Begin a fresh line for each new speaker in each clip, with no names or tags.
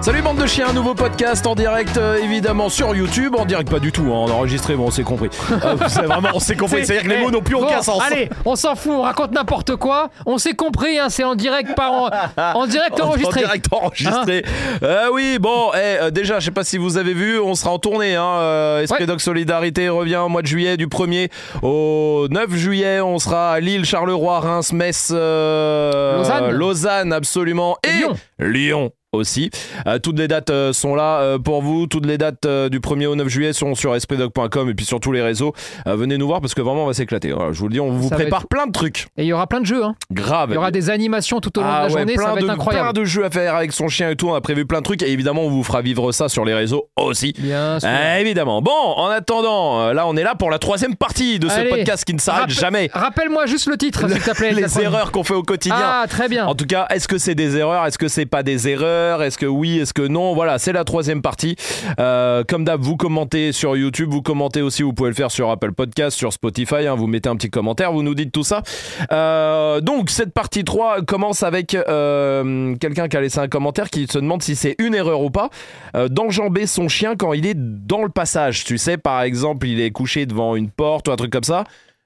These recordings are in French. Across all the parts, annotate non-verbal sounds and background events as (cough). Salut bande de chiens, nouveau podcast en direct euh, évidemment sur YouTube, en direct pas du tout, hein, en enregistré, bon on s'est compris. Euh, c'est vraiment on s'est
(laughs)
compris, c'est-à-dire que les
eh,
mots n'ont plus aucun
bon,
sens.
Allez, on s'en fout, on raconte n'importe quoi. On s'est compris, hein, c'est en direct par en, en direct
(laughs)
enregistré.
En direct enregistré.
Hein
Euh, oui, bon, eh, euh, déjà, je sais pas si vous avez vu, on sera en tournée. Hein, euh, Esprit
Ouais.
Dog Solidarité revient au mois de juillet, du 1er au 9 juillet. On sera à Lille, Charleroi, Reims, Metz, euh,
Lausanne.
Lausanne, absolument. Et,
Lyon.
Lyon aussi. Euh, toutes les dates euh, sont là euh, pour vous. Toutes les dates euh, du 1er au 9 juillet sont sur espritdog.com et puis sur tous les réseaux. Euh, venez nous voir parce que vraiment on va s'éclater. Voilà, je vous le dis, on vous
Ça va
prépare plein de trucs.
Et il y aura plein de jeux, hein.
Grave.
il y aura des animations tout au long
Ah
de la
ouais,
journée,
plein
ça va
de,
être incroyable.
plein de jeux à faire avec son chien et tout. On a prévu plein de trucs et évidemment, on vous fera vivre ça sur les réseaux aussi.
Bien sûr.
Euh, évidemment. Bon, en attendant, euh, là, on est là pour la troisième partie de ce
Allez.
podcast qui ne s'arrête
Rappel-
jamais.
Rappelle-moi juste le titre, s'il te plaît.
(laughs) Les
Catherine.
erreurs qu'on fait au quotidien.
Ah, très bien.
En tout cas, est-ce que c'est des erreurs Est-ce que c'est pas des erreurs Est-ce que oui Est-ce que non Voilà, c'est la troisième partie. Euh, comme d'hab, vous commentez sur YouTube, vous commentez aussi, vous pouvez le faire sur Apple Podcast, sur Spotify, hein, vous mettez un petit commentaire, vous nous dites tout ça. Euh, donc, cette partie 3 commence avec euh, quelqu'un qui a laissé un commentaire qui se demande si c'est une erreur ou pas euh, d'enjamber son chien quand il est dans le passage. Tu sais, par exemple, il est couché devant une porte ou un truc comme ça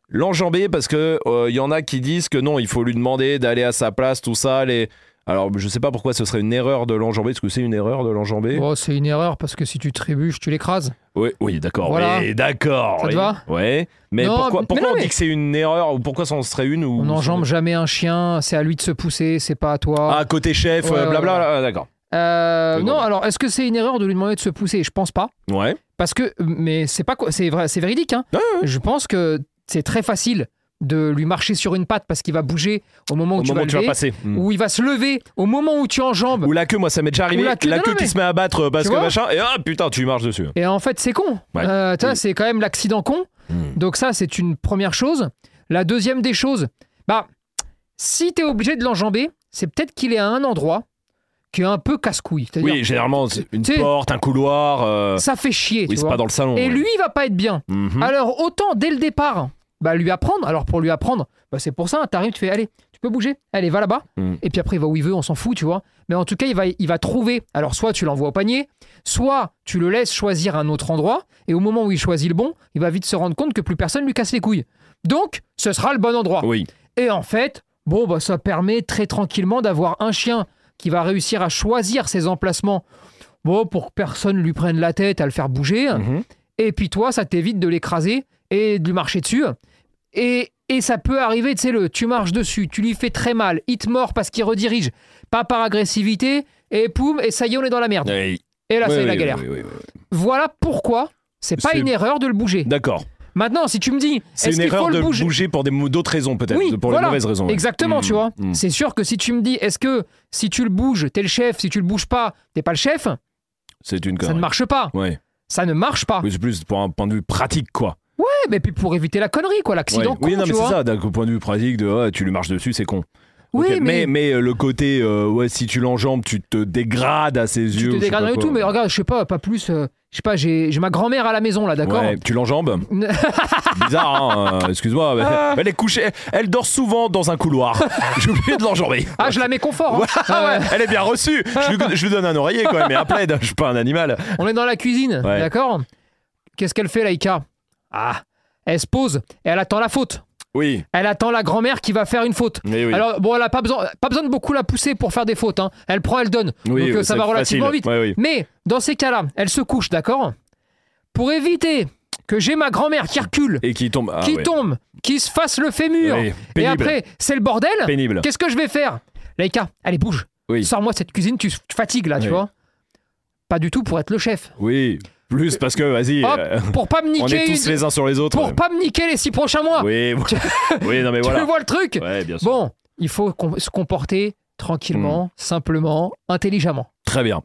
l'enjamber parce que euh, il y en a qui disent que non, il faut lui demander d'aller à sa place, tout ça. Les... Alors, je sais pas pourquoi ce serait une erreur de l'enjamber. Est-ce que c'est une erreur de l'enjamber
Oh, c'est une erreur parce que si tu trébuches, tu l'écrases.
Oui, oui, d'accord.
Voilà.
oui, d'accord.
Ça te
oui.
va
Ouais. Mais
Non,
pourquoi,
mais-
pourquoi
mais non,
on dit
mais-
que c'est une erreur ou pourquoi ça en serait une ou...
On n'enjambe jamais un chien, c'est à lui de se pousser, c'est pas à toi.
Ah, côté chef,
Ouais,
euh,
ouais,
blabla.
ouais.
là, D'accord.
Euh,
c'est
non,
bon.
alors est-ce que c'est une erreur de lui demander de se pousser Je pense pas.
Ouais.
Parce que, mais c'est pas quoi, c'est vrai, c'est véridique. hein.
Ouais,
Je pense que c'est très facile de lui marcher sur une patte parce qu'il va bouger au moment où
Au
tu
moment
vas
où tu vas
lever,
passer. Mm.
ou il va se lever au moment où tu enjambes.
Ou la queue, moi, ça m'est déjà arrivé.
la queue, non,
queue
non,
qui
mais-
se met à battre parce
Tu
que
vois
machin. Et ah, putain, tu marches dessus.
Et en fait, c'est con.
Ouais.
Euh, tu vois,
Oui.
c'est quand même l'accident con.
Mm.
Donc ça, c'est une première chose. La deuxième des choses, bah, si t'es obligé de l'enjamber, c'est peut-être qu'il est à un endroit qui est un peu casse-couille. C'est-à-dire,
Oui, généralement, c'est une
Tu sais-
porte, un couloir. euh,
ça fait chier.
Oui,
tu
c'est pas
vois.
dans le salon.
Et
ouais.
lui, il va pas être bien.
Mhm.
Alors autant dès le départ, bah, lui apprendre. Alors pour lui apprendre, bah, c'est pour ça, t'arrives, tu fais, allez, tu peux bouger, allez, va là-bas.
Mm.
Et puis après, il va où il veut, on s'en fout, tu vois. Mais en tout cas, il va, il va trouver. Alors soit tu l'envoies au panier, soit tu le laisses choisir un autre endroit. Et au moment où il choisit le bon, il va vite se rendre compte que plus personne lui casse les couilles. Donc, ce sera le bon endroit.
Oui.
Et en fait, bon, bah, ça permet très tranquillement d'avoir un chien qui va réussir à choisir ses emplacements. Bon, pour que personne lui prenne la tête à le faire bouger. hein,
Mhm.
Et puis toi, ça t'évite de l'écraser et de lui marcher dessus. Et, et ça peut arriver, tu sais, le, tu marches dessus, tu lui fais très mal, il te mord parce qu'il redirige, pas par agressivité, et poum, et ça y est, on est dans la merde.
Oui.
Et là,
Oui,
c'est la
oui,
galère.
oui, oui, oui, oui.
Voilà pourquoi c'est pas
C'est-
une erreur de le bouger.
D'accord.
Maintenant, si tu me dis,
C'est
est-ce
une
qu'il faut
erreur
le
de
bouger,
bouger, pour des mo- d'autres raisons peut-être,
Oui,
pour les
voilà.
mauvaises raisons. ouais.
Exactement,
Mm,
tu vois.
mm.
C'est sûr que si tu me dis, est-ce que si tu le bouges, t'es le chef, si tu le bouges pas, t'es pas le chef,
C'est une
ça
connerie.
ne marche pas.
Ouais.
Ça ne marche pas.
Oui, c'est plus pour un point de vue pratique, quoi.
Ouais, mais puis pour éviter la connerie, quoi, l'accident
Ouais. oui,
con,
non,
tu
mais c'est
vois.
ça, d'un point de vue pratique, de ouais, tu lui marches dessus, c'est con.
Oui,
Ok, mais,
mais,
mais, euh, le côté, euh, ouais, si tu l'enjambes, tu te dégrades à ses yeux.
tu te
ou je sais
dégrades
pas
et
quoi.
tout, mais regarde, je sais pas, pas plus. euh, je sais pas, j'ai j'ai ma grand-mère à la maison là, d'accord
Ouais, tu
(laughs)
l'enjambes Bizarre, hein, euh, excuse-moi. mais-
Ah.
Elle est couchée, elle dort souvent dans un couloir.
(laughs)
J'ai oublié de l'enjamber.
Ah, je la mets confort. hein.
Ah
Ah
ouais, elle est bien reçue. Je lui, je lui donne un oreiller quand même, mais un plaid. Je suis pas un animal.
ouais. On est dans la cuisine,
Ouais.
d'accord Qu'est-ce qu'elle fait, Laïka Ah, elle se pose et elle attend la faute.
Oui,
Elle attend la grand-mère qui va faire une faute.
mais oui.
Alors, bon, elle a pas besoin, pas besoin de beaucoup la pousser pour faire des fautes. hein. Elle prend, elle donne.
Oui,
Donc, euh,
oui,
ça
c'est
va relativement
facile.
vite.
Ouais, oui.
Mais dans ces cas-là, elle se couche, d'accord Pour éviter que j'ai ma grand-mère qui recule,
Et qui tombe. ah
qui
ouais.
tombe, qui se fasse le fémur,
Oui,
et
pénible.
après, c'est le bordel.
Pénible.
Qu'est-ce que je vais faire Laïka, allez, bouge.
Oui.
Sors-moi de cette cuisine, tu, tu fatigues là, tu
Oui.
vois. Pas du tout pour être le chef.
Oui, plus parce que, vas-y,
Hop,
euh,
pour pas me
on
niquer,
est tous
une-
les uns sur les autres.
pour pas me niquer les six prochains mois.
Oui, oui, oui, non mais
(laughs) tu
voilà.
vois le truc
Ouais, bien sûr.
Bon, il faut com- se comporter
Hmm.
tranquillement, simplement, intelligemment.
Très bien.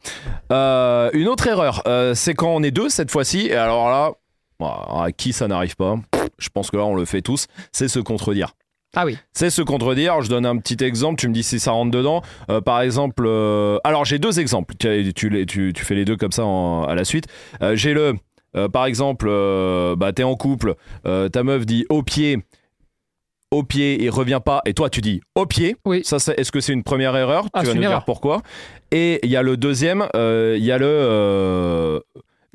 Euh, une autre erreur, euh, c'est quand on est deux cette fois-ci, et alors là, bah, à qui ça n'arrive pas Je pense que là, on le fait tous, c'est se contredire.
Ah oui.
C'est se contredire. Je donne un petit exemple. Tu me dis si ça rentre dedans. Euh, par exemple, euh, alors j'ai deux exemples. Tu, tu les- tu- tu fais les deux comme ça en- à la suite. Euh, j'ai le euh, par exemple, euh, bah, t'es en couple, euh, ta meuf dit au pied, au pied, il revient pas, et toi tu dis au pied.
Oui.
Ça, c'est- est-ce que c'est une première erreur Tu
Ah, c'est
vas
une
nous dire
erreur.
pourquoi. Et il y a le deuxième, euh, il y a le, euh,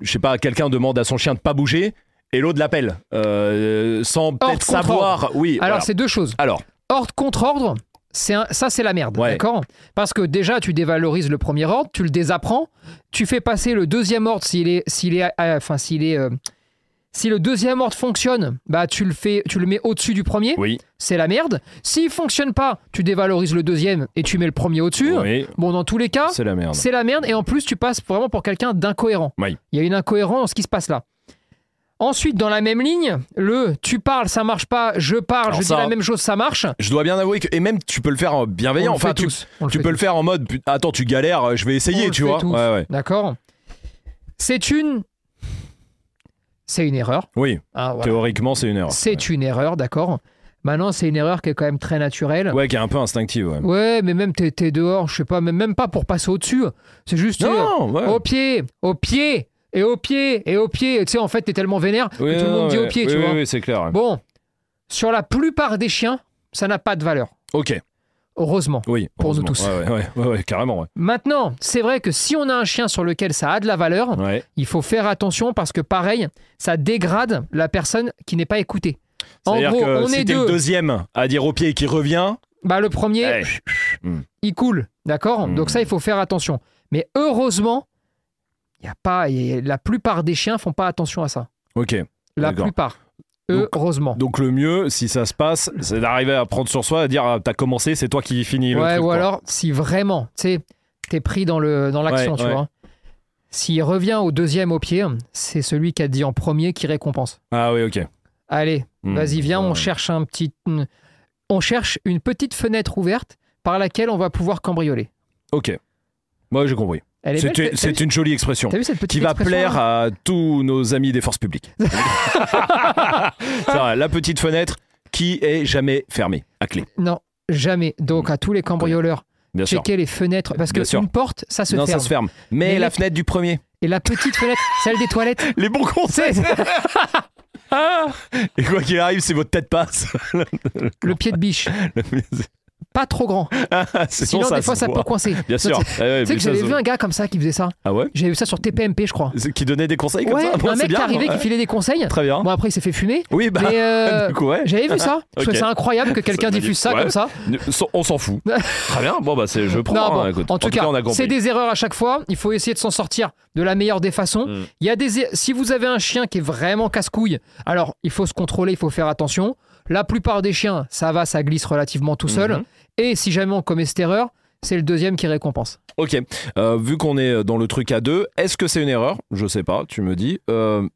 je sais pas, quelqu'un demande à son chien de pas bouger, et l'autre l'appelle, euh, sans peut-être
contre
savoir. Oui.
Alors,
voilà.
c'est deux choses.
alors,
Ordre contre ordre, c'est un- ça, c'est la merde.
Ouais.
D'accord Parce que déjà, tu dévalorises le premier ordre, tu le désapprends, tu fais passer le deuxième ordre s'il est. S'il est euh, enfin, s'il est. euh, si le deuxième ordre fonctionne, bah tu le fais, tu le mets au-dessus du premier,
(laughs) oui.
c'est la merde. S'il fonctionne pas, tu dévalorises le deuxième et tu mets le premier au-dessus.
Oui,
Bon, dans tous les cas,
c'est la merde.
C'est la merde et en plus tu passes vraiment pour quelqu'un d'incohérent.
Oui.
Il y a une incohérence dans ce qui se passe là. Ensuite, dans la même ligne, le tu parles, ça marche pas, je parle,
Alors
je
ça-
dis la même chose, ça marche.
Je dois bien avouer que, et même tu peux le faire en bienveillant.
on le
Enfin,
fait
tu,
tous. On le
tu
fait
peux le
tous.
faire en mode, put- attends, tu galères, euh, je vais essayer,
On le
tu
fait
vois.
tous.
Ouais, ouais.
D'accord. C'est une. C'est une erreur.
Oui,
hein, voilà.
théoriquement, c'est une erreur.
C'est une erreur, d'accord. Maintenant, c'est une erreur qui est quand même très naturelle.
Ouais, qui est un peu instinctive. Ouais.
Ouais, mais même t'es t'es dehors, je sais pas, mais même pas pour passer au-dessus. C'est juste. tu sais,
Non, ouais.
Au pied, au pied, et au pied, et au pied. Et Tu sais, en fait, t'es tellement vénère que
Oui,
tout le
non,
monde dit
ouais.
au pied,
Oui,
tu
oui,
vois.
Oui, c'est clair.
Bon, sur la plupart des chiens, ça n'a pas de valeur.
Ok,
Heureusement.
oui.
Pour nous
heureusement.
tous.
Ouais, ouais, ouais, ouais, ouais, carrément, ouais.
Maintenant, c'est vrai que si on a un chien sur lequel ça a de la valeur,
Ouais,
il faut faire attention parce que pareil, ça dégrade la personne qui n'est pas écoutée. En
C'est-à-dire
gros,
que
on
si
est
t'es le
deux.
deuxième à dire au pied et qui revient,
Bah, le premier,
eh,
il coule, d'accord
Mm.
Donc ça, il faut faire attention. Mais heureusement, il y a pas, y a- la plupart des chiens font pas attention à ça.
ok.
La
D'accord.
plupart.
Donc-
Heureusement.
Donc le mieux, si ça se passe, c'est d'arriver à prendre sur soi, à dire ah, t'as commencé, c'est toi qui finis. le
ouais,
truc,
ou
quoi.
alors, si vraiment, tu sais, t'es pris dans le dans l'action,
Ouais,
tu
ouais.
vois. S'il revient au deuxième au pied, c'est celui qui a dit en premier qui récompense.
Ah oui, ok.
Allez,
Hmm,
vas-y, viens,
ouais.
on cherche un petit, une- on cherche une petite fenêtre ouverte par laquelle on va pouvoir cambrioler.
Ok. Moi, j'ai compris.
Elle est
C'est
belle,
une-
t'as-
C'est une jolie expression.
T'as vu cette petite
qui va
hein expression-là
plaire à tous nos amis des forces publiques. Ça
(laughs)
va, la petite fenêtre qui est jamais fermée à clé,
Non, jamais. Donc à tous les cambrioleurs,
bien sûr.
checkez les fenêtres parce que
Bien sûr.
une porte, ça se
non,
ferme.
ça se ferme. Mais,
Mais
la
les-
fenêtre du premier.
Et la petite
(laughs)
fenêtre, celle des toilettes,
Les bons conseils.
c'est
Et quoi qu'il arrive, si votre tête (laughs) passe,
(laughs) le pied de biche, pas trop grand.
sinon
Sinon,
ça
des fois,
se
ça
voit.
peut coincer.
Bien sûr.
Tu
Eh
(laughs)
ouais,
sais
mais
que
ça
j'avais
se-
vu un gars comme ça qui faisait ça.
Ah ouais
J'avais vu ça sur TPMP, je crois.
C'est- Qui donnait des conseils comme
ouais,
ça Bon,
un
c'est
mec
bien,
qui arrivait,
ouais.
qui filait des conseils.
Très bien.
Bon, après, il s'est fait fumer.
Oui, (laughs) bah.
mais euh,
Du coup,
(laughs)
ouais.
j'avais vu ça. Je
Ok.
trouvais
(laughs)
ça incroyable que quelqu'un
m'a dit-
diffuse ça
ouais.
comme ça.
On s'en
(laughs)
fout. Très bien. Bon, bah, c'est- je prends.
Non, bon,
hein, écoute.
en, tout cas,
on a compris.
c'est des erreurs à chaque fois. Il faut essayer de s'en sortir de la meilleure des façons.
Mm.
Il y a des, si vous avez un chien qui est vraiment casse-couille, alors il faut se contrôler, il faut faire attention. La plupart des chiens, ça va, ça glisse relativement tout seul.
Mhm.
Et si jamais on commet cette erreur, c'est le deuxième qui récompense.
Ok, Euh, vu qu'on est dans le truc à deux, est-ce que c'est une erreur Je sais pas, tu me dis. Euh,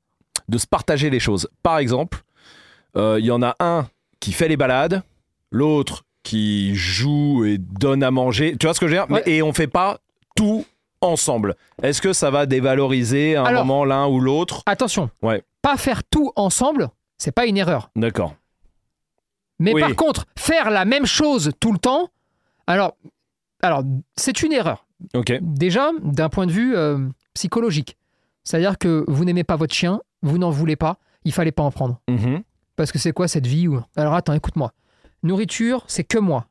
de se partager les choses. Par exemple, euh, il y en a un qui fait les balades, l'autre qui joue et donne à manger. Tu vois ce que je veux dire
Ouais.
Mais- Et on fait pas tout ensemble. Est-ce que ça va dévaloriser à un
Alors-
moment l'un ou l'autre
Attention,
Ouais.
pas faire tout ensemble, c'est pas une erreur.
D'accord.
Mais
Oui.
par contre, faire la même chose tout le temps, alors, alors c'est une erreur.
Ok.
Déjà, d'un point de vue euh, psychologique. C'est-à-dire que vous n'aimez pas votre chien, vous n'en voulez pas, il fallait pas en prendre.
Mhm.
Parce que c'est quoi cette vie où... Alors attends, écoute-moi. Nourriture, c'est que moi.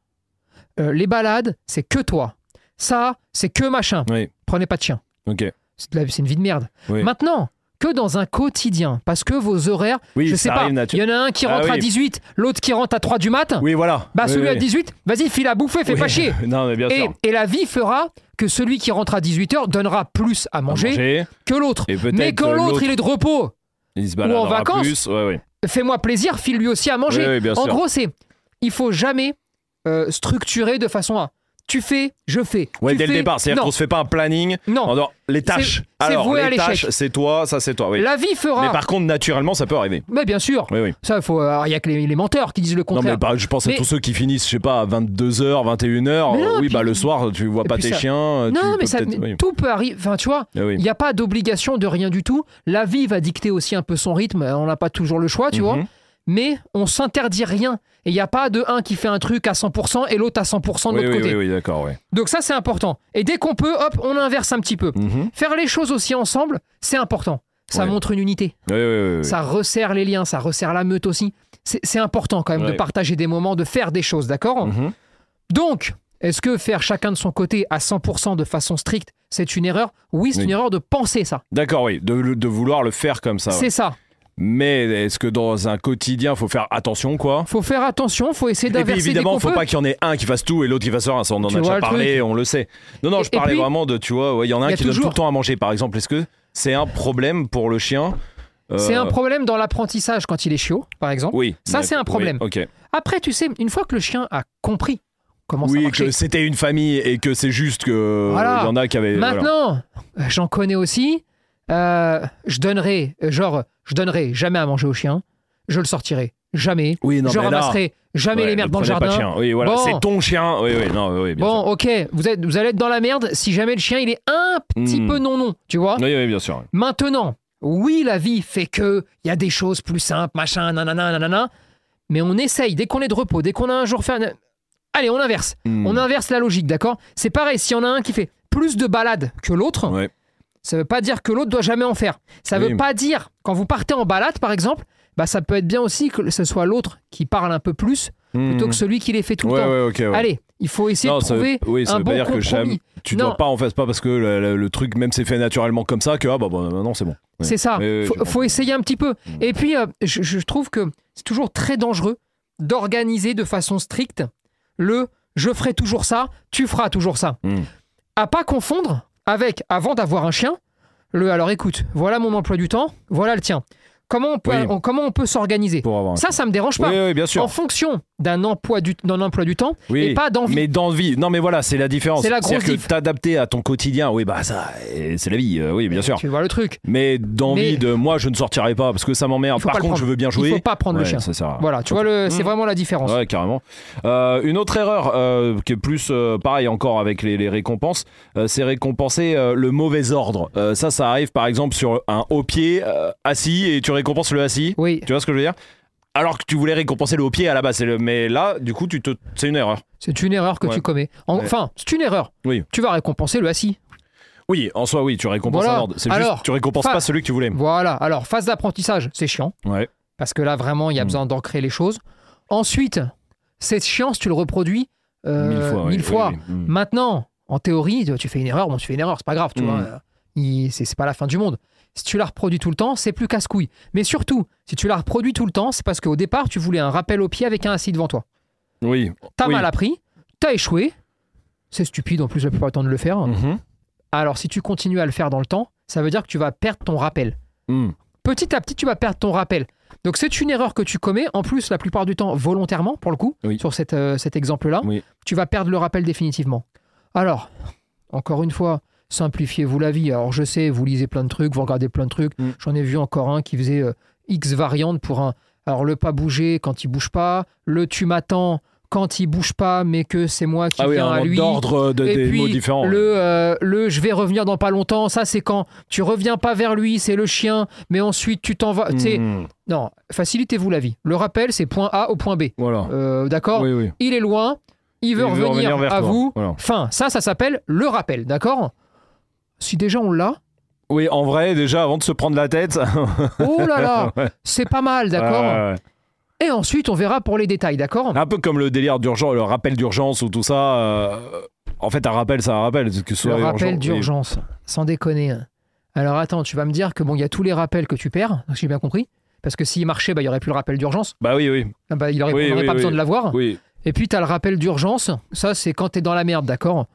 Euh, les balades, c'est que toi. Ça, c'est que machin.
Oui.
Prenez pas de chien.
Ok.
C'est de la- c'est une vie de merde.
Oui.
Maintenant, que dans un quotidien, parce que vos horaires,
Oui,
je
ça
sais pas,
arrive
il y
naturellement.
en a un qui
Ah
rentre à
oui.
18, l'autre qui rentre à 3 du matin.
Oui, voilà.
Bah
Oui,
celui à
oui.
18, vas-y, file à bouffer, fais
Oui.
pas chier.
(laughs) Non, mais bien
Et,
sûr.
et la vie fera que celui qui rentre à 18h donnera plus à
À
manger, que l'autre.
Et peut-être
Mais quand
euh,
l'autre il est de repos,
il se baladera
vacances.
plus. Ouais, ouais.
fais-moi plaisir, file lui aussi à manger.
Oui, oui, bien
en
sûr.
gros, c'est il faut jamais euh, structurer de façon à tu fais, je fais.
Ouais,
tu
dès le
fais-
départ, c'est-à-dire
Non,
qu'on se fait pas un planning.
non.
En dehors- les tâches.
c'est
Alors,
voué à
les tâches,
l'échec.
c'est toi, ça c'est toi. Oui.
La vie
Mais
fera. Mais,
par contre, naturellement, ça peut arriver.
bien sûr,
Oui, oui.
ça faut. alors, Il y a que les, les menteurs qui disent le
Non,
contraire.
mais bah, je pense à
Mais-
tous ceux qui finissent, je sais pas, à 22h, 21h.
Mais non,
oui,
puis-
bah le soir, tu vois
Et
pas
puis
tes
ça-
chiens. euh, tu
Non,
peux
mais ça,
peut-être-
mais
oui.
tout peut arriver. Enfin, tu vois,
Ah oui.
il n'y a pas d'obligation de rien du tout. La vie va dicter aussi un peu son rythme. On n'a pas toujours le choix, tu vois.
Mhm.
mais on s'interdit rien. Et il n'y a pas de un qui fait un truc à 100% et l'autre à 100% de
Oui,
l'autre
oui,
côté.
oui, oui, d'accord, oui.
Donc ça, c'est important. Et dès qu'on peut, hop, on inverse un petit peu.
Mhm.
Faire les choses aussi ensemble, c'est important. ça
Ouais.
montre une unité.
Oui, oui, oui, oui.
Ça resserre les liens, ça resserre la meute aussi. C'est c'est important quand même
Ouais.
de partager des moments, de faire des choses, d'accord
Mhm.
Donc, est-ce que faire chacun de son côté à 100% de façon stricte, c'est une erreur Oui, c'est
Oui.
une erreur de penser ça.
D'accord, oui, de, le- de vouloir le faire comme ça. Ah ouais.
C'est ça.
Mais est-ce que dans un quotidien, faut faire attention, quoi
Faut faire attention, faut essayer
Et puis
d'inverser dès
évidemment,
qu'on
faut
peut.
pas qu'il y en ait un qui fasse tout et l'autre qui fasse rien. Ça, on en
Tu
a
vois
déjà
le
parlé, on le sait. Non, non,
Et-
je
et
parlais
puis-
vraiment de, tu vois, ouais, il y en a un
Il y a
qui donne tout
toujours-
le temps à manger, par exemple. Est-ce que c'est un problème pour le chien Euh,
C'est un problème dans l'apprentissage quand il est chiot, par exemple.
Oui.
Ça, c'est un
D'accord,
problème.
oui, ok.
Après, tu sais, une fois que le chien a compris comment ça
oui,
marchait,
que c'était une famille et que c'est juste que euh,
Voilà.
il y en a qui avaient. voilà.
Maintenant, euh, j'en connais aussi. euh, je donnerai, euh, genre, je donnerai jamais à manger au chien. Je le sortirai jamais.
Oui, non,
je
mais là,
ramasserai jamais
ouais,
les
ne
merdes dans le
prenez pas de
jardin.
chien. Oui, voilà,
Bon.
c'est ton chien. Oui, oui, non, oui, bien
bon,
sûr.
ok, vous, êtes, vous allez être dans la merde si jamais le chien il est un petit
Hmm.
peu non-non, tu vois.
Oui, oui, bien sûr.
Maintenant, oui, la vie fait que il y a des choses plus simples, machin, nanana, nanana. Mais on essaye, dès qu'on est de repos, dès qu'on a un jour fait un- Allez, on inverse.
Hmm.
On inverse la logique, d'accord C'est pareil, si on a un qui fait plus de balades que l'autre,
Ouais.
ça veut pas dire que l'autre doit jamais en faire. Ça
Oui.
veut pas dire, quand vous partez en balade, par exemple, bah ça peut être bien aussi que ce soit l'autre qui parle un peu plus plutôt
Hmm.
que celui qui les fait tout le
Mm. Ouais,
temps.
ouais, ok, ouais.
Allez, il faut essayer
Non,
de
ça veut-
trouver
oui, ça
un
veut
bon
pas dire que
compromis.
j'aime- Tu
Non.
dois pas en fait, c'est pas parce que le, le- le truc même s'est fait naturellement comme ça que ah bah, bah, non c'est bon. Ouais.
C'est ça.
Oui, oui, je
faut,
comprends.
faut essayer un petit peu.
Mm.
Et puis, euh, je, je trouve que c'est toujours très dangereux d'organiser de façon stricte le je ferai toujours ça, tu feras toujours ça.
Mm.
À pas confondre avec avant d'avoir un chien, le alors écoute, voilà mon emploi du temps, voilà le tien. Comment on peut,
Oui.
on- comment on peut s'organiser
Pour avoir. un-
Ça, ça me dérange pas.
Oui, oui, bien sûr.
en fonction d'un emploi du, d'un emploi du temps
Oui.
et pas d'envie.
Mais dans le vie, non mais voilà, c'est la différence.
C'est la
C'est-à-dire
grosse
que
diff.
t'adapter à ton quotidien, oui bah ça, euh, c'est la vie, euh, oui bien sûr.
Tu vois le truc.
Mais d'envie
Mais-
de moi je ne sortirai pas parce que ça m'emmerde.
Il faut
Par
pas le
contre je
prendre.
veux bien jouer.
Il faut pas prendre le
Ouais,
chien.
Ça sert. à-
Voilà, tu vois, le, c'est
Mm.
vraiment la différence.
Ouais, carrément. Euh, une autre erreur euh, qui est plus euh, pareil encore avec les, les récompenses, euh, c'est récompenser euh, le mauvais ordre. Euh, ça, ça arrive par exemple sur un haut pied euh, assis et tu récompenses le assis.
Oui,
Tu vois ce que je veux dire Alors que tu voulais récompenser le haut pied à la base. c'est le- Mais là, du coup, tu te... c'est une erreur.
c'est une erreur que
Ouais.
tu commets. Enfin, c'est une erreur.
Oui.
Tu vas récompenser le assis.
Oui, en soi, oui, tu récompenses
Voilà.
un ordre. C'est
Alors,
juste, tu récompenses
fa- Euh,
pas celui que tu voulais.
Voilà, alors phase d'apprentissage, c'est chiant,
Ouais.
parce que là vraiment il y a
Mm.
besoin d'ancrer les choses. Ensuite, c'est chiant si tu le reproduis euh,
mille fois. oui, oui,
fois.
oui, mm.
Maintenant, en théorie, tu- tu fais une erreur, bon tu fais une erreur, c'est pas grave, tu
Mm.
vois, euh, il- c'est c'est pas la fin du monde. Si tu la reproduis tout le temps, c'est plus casse-couille. Mais surtout, si tu la reproduis tout le temps, c'est parce qu'au départ tu voulais un rappel au pied avec un assis devant toi.
Oui.
T'as
Oui.
mal appris, t'as échoué, c'est stupide en plus la plupart du temps de le faire. hein.
Mhm.
Alors si tu continues à le faire dans le temps, ça veut dire que tu vas perdre ton rappel
Mm.
petit à petit, tu vas perdre ton rappel. Donc, c'est une erreur que tu commets, en plus, la plupart du temps, volontairement, pour le coup,
Oui.
sur cette, euh, cet exemple-là.
Oui.
Tu vas perdre le rappel définitivement. Alors, encore une fois, simplifiez-vous la vie. Alors, je sais, vous lisez plein de trucs, vous regardez plein de trucs.
Mm.
J'en ai vu encore un qui faisait euh, X variantes pour un. Alors, le pas bouger quand il bouge pas, le tu m'attends quand il bouge pas, mais que c'est moi qui
Ah oui,
viens
un
à
ordre
lui.
d'ordre de,
Et
des
puis,
mots différents.
Le, euh, le je vais revenir dans pas longtemps, ça c'est quand tu reviens pas vers lui, c'est le chien, mais ensuite tu t'en vas. tu sais,
Mm.
Non, facilitez-vous la vie. Le rappel, c'est point A au point B.
Voilà.
Euh, D'accord
oui, oui.
Il est loin, il veut
Il
revenir,
vers
à
toi.
vous.
Voilà.
Fin. Ça, ça s'appelle le rappel. D'accord Si déjà on l'a,
Oui, en vrai, déjà, avant de se prendre la tête. (laughs)
oh là là,
Ouais.
c'est pas mal, d'accord
Ouais, ouais, ouais.
Et ensuite, on verra pour les détails, d'accord
Un peu comme le délire d'urgence, le rappel d'urgence ou tout ça. euh, En fait, un rappel, c'est un rappel. Que ce soit
Le
urgent,
rappel
oui.
d'urgence, sans déconner. Alors attends, tu vas me dire que bon, il y a tous les rappels que tu perds, si j'ai bien compris. Parce que s'il marchait, bah, il n'y aurait plus le rappel d'urgence.
Bah oui, oui.
Ah bah, il n'aurait
Oui, oui,
pas
oui.
besoin de l'avoir.
oui.
Et puis, t'as le rappel d'urgence. Ça, c'est quand t'es dans la merde, d'accord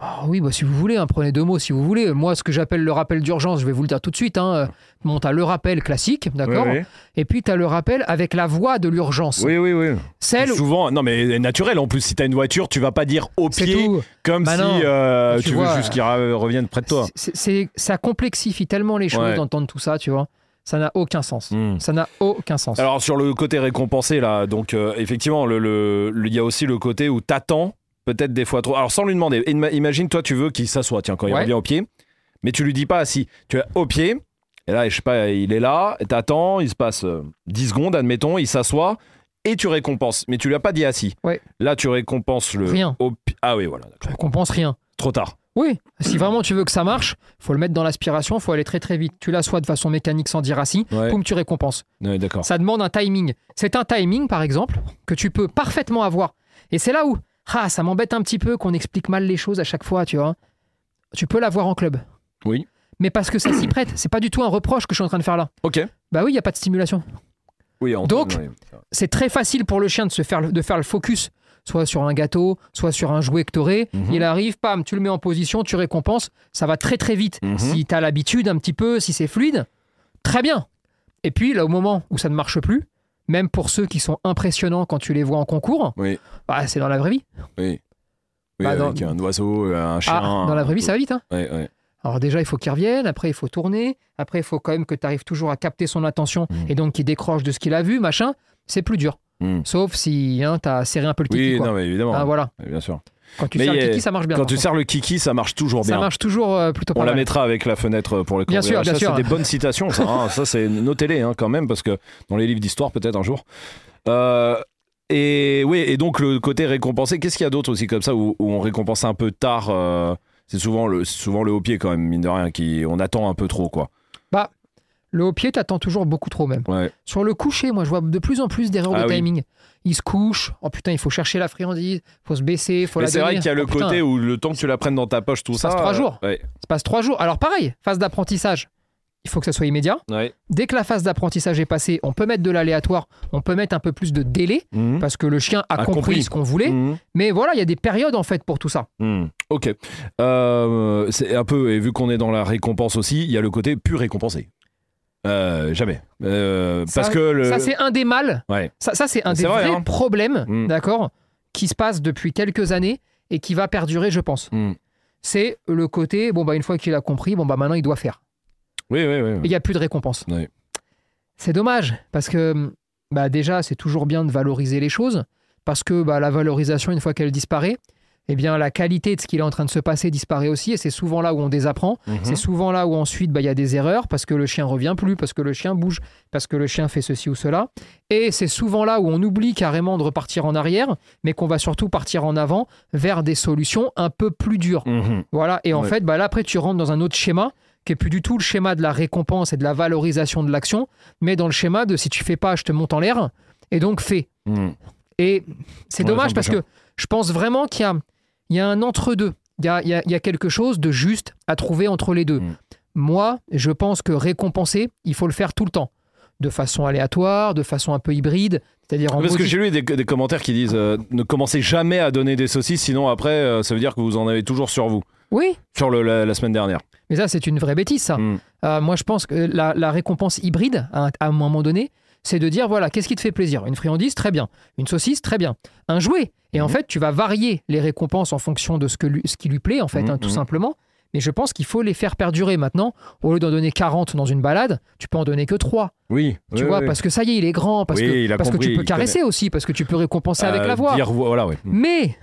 Ah Oui, bah, si vous voulez, hein, prenez deux mots si vous voulez. Moi, ce que j'appelle le rappel d'urgence, je vais vous le dire tout de suite. Hein. euh, Bon, t'as le rappel classique, d'accord
Oui,
Et puis, t'as le rappel avec la voix de l'urgence.
oui, oui. oui.
Celle où.
Souvent, non, mais naturel. En plus, si t'as une voiture, tu vas pas dire au
C'est
pied
tout.
comme
Bah
si
non.
euh,
Tu
tu, veux
vois,
juste qu'il ra- revienne près de toi.
C'est- c'est- ça complexifie tellement les choses
Ouais.
d'entendre tout ça, tu vois. Ça n'a aucun sens.
Hmm.
Ça n'a aucun sens.
Alors sur le côté récompensé là, donc euh, effectivement, le- le- le- il y a aussi le côté où t'attends peut-être des fois trop. Alors sans lui demander, Ima- imagine toi tu veux qu'il s'assoie, tiens quand il
Ouais.
revient au pied, mais tu lui dis pas assis, tu es au pied. Et là, je sais pas, il est là, t'attends, il se passe euh, 10 secondes, admettons, il s'assoit et tu récompenses. Mais tu lui as pas dit assis.
Ouais.
Là, tu récompenses le.
Rien.
au pi- Ah oui, voilà, euh, d'accord.
On compense rien.
trop tard.
Oui, si vraiment tu veux que ça marche, faut le mettre dans l'aspiration, faut aller très très vite. Tu l'assois de façon mécanique sans dire assis,
Ouais.
poum, tu récompenses.
Ouais, d'accord.
Ça demande un timing. C'est un timing, par exemple, que tu peux parfaitement avoir. Et c'est là où, ah, ça m'embête un petit peu qu'on explique mal les choses à chaque fois, tu vois. Tu peux l'avoir en club.
Oui.
Mais parce que ça s'y prête. C'est pas du tout un reproche que je suis en train de faire là.
Ok.
Bah oui, il n'y a pas de stimulation.
Oui, en-
Donc- bah,
ouais.
C'est très facile pour le chien de, se faire, le- de faire le focus, soit sur un gâteau, soit sur un jouet que tu aurais.
Mhm.
Il arrive, pam, tu le mets en position, tu récompenses. Ça va très très vite.
Mhm.
Si tu as l'habitude un petit peu, si c'est fluide, très bien. Et puis là, au moment où ça ne marche plus, même pour ceux qui sont impressionnants quand tu les vois en concours,
Oui.
bah, c'est dans la vraie vie.
Oui. Oui,
Bah,
avec
dans-
un oiseau, euh, un chien. euh,
Ah, dans la vraie vie, ça va vite. hein.
Ouais, ouais.
Alors déjà, il faut qu'il revienne, après il faut tourner, après il faut quand même que tu arrives toujours à capter son attention
Mhm.
et donc qu'il décroche de ce qu'il a vu, machin. C'est plus dur.
Mm.
Sauf si hein, tu as serré un peu le kiki.
Oui,
quoi.
non, mais évidemment.
Ah, voilà.
Mais Bien sûr.
Quand tu
Mais
serres le
il y a-
kiki, ça marche bien.
Quand
par
tu
contre.
sers le kiki, ça marche toujours
ça
bien.
marche toujours euh, plutôt pas
On la
mal.
mettra avec la fenêtre pour le cours
Bien
de
sûr,
RH.
bien
Ça,
sûr.
C'est des bonnes citations, ça. hein. ça, c'est notez-les hein, quand même, parce que dans les livres d'histoire, peut-être un jour. Euh, et oui, et donc le côté récompensé, qu'est-ce qu'il y a d'autre aussi comme ça où, où on récompense un peu tard euh, C'est souvent le, c'est souvent le haut pied quand même, mine de rien, qui on attend un peu trop, quoi.
Le haut pied, t'attends toujours beaucoup trop même.
Ouais.
Sur le coucher, moi, je vois de plus en plus d'erreurs
Ah
de
oui.
timing. Il se couche. Oh putain, il faut chercher la friandise. faut se baisser. faut
Mais
la
c'est vrai
donner.
qu'il y a le
Oh, putain,
côté où le temps que tu la prennes dans ta poche, tout
Ça
ça.
passe trois
euh,
jours.
ouais.
Ça passe trois jours. Alors pareil, phase d'apprentissage. Il faut que ça soit immédiat.
Ouais.
Dès que la phase d'apprentissage est passée, on peut mettre de l'aléatoire, on peut mettre un peu plus de délai
Mhm.
parce que le chien a,
A
compris,
compris.
ce qu'on voulait.
Mhm.
Mais voilà, il y a des périodes en fait pour tout ça.
Hmm, Ok. Euh, c'est un peu, et vu qu'on est dans la récompense aussi, il y a le côté plus récompensé. Euh, jamais. Euh,
Ça-
parce que le.
Ça, c'est un des mal.
Ouais.
Ça, ça, c'est un des
C'est vrai,
vrais
hein.
problèmes,
Mm.
d'accord, qui se passe depuis quelques années et qui va perdurer, je pense.
Hmm.
C'est le côté, bon, bah, une fois qu'il a compris, bon, bah, maintenant, il doit faire.
Oui, oui, oui.
Mais Il n'y a plus de récompense.
Mm. Ouais.
C'est dommage, parce que, bah, déjà, c'est toujours bien de valoriser les choses, parce que bah, la valorisation, une fois qu'elle disparaît, eh bien, la qualité de ce qu'il est en train de se passer disparaît aussi, et c'est souvent là où on désapprend.
Mhm.
C'est souvent là où ensuite bah, il y a des erreurs parce que le chien revient plus, parce que le chien bouge, parce que le chien fait ceci ou cela. Et c'est souvent là où on oublie carrément de repartir en arrière, mais qu'on va surtout partir en avant vers des solutions un peu plus dures.
Mhm.
Voilà. Et en
Ouais.
fait, bah, là après tu rentres dans un autre schéma qui est plus du tout le schéma de la récompense et de la valorisation de l'action, mais dans le schéma de si tu fais pas, je te monte en l'air. Et donc fais.
Mhm.
Et c'est
Ouais,
dommage
c'est un peu
parce
chiant.
que je pense vraiment qu'il y a, il y a un entre-deux. Il y a, il y a- il y a quelque chose de juste à trouver entre les deux.
Mm.
Moi, je pense que récompenser, il faut le faire tout le temps. De façon aléatoire, de façon un peu hybride. C'est-à-dire en
Parce que
modi-
j'ai lu des, des commentaires qui disent euh, ne commencez jamais à donner des saucisses, sinon après, euh, ça veut dire que vous en avez toujours sur vous.
Oui,
Sur le, la, la semaine dernière.
mais ça, c'est une vraie bêtise, ça.
Mm.
Euh, moi, je pense que la, la récompense hybride, à un, à un moment donné, c'est de dire voilà, qu'est-ce qui te fait plaisir Une friandise, très bien. Une saucisse, très bien. Un jouet. Et en
Mhm.
fait, tu vas varier les récompenses en fonction de ce, que lui- ce qui lui plaît, en fait,
Mhm,
hein, tout
mhm.
simplement. Mais je pense qu'il faut les faire perdurer maintenant. Au lieu d'en donner 40 dans une balade, tu peux en donner que 3.
Oui.
Tu
oui,
vois,
oui.
parce que ça y est, il est grand, parce,
Oui,
que,
il a
parce que
compris,
tu peux
il
caresser aussi, parce que tu peux récompenser avec
Euh,
la voix. Hmm.
dire- voilà, ouais. Mhm.
Mais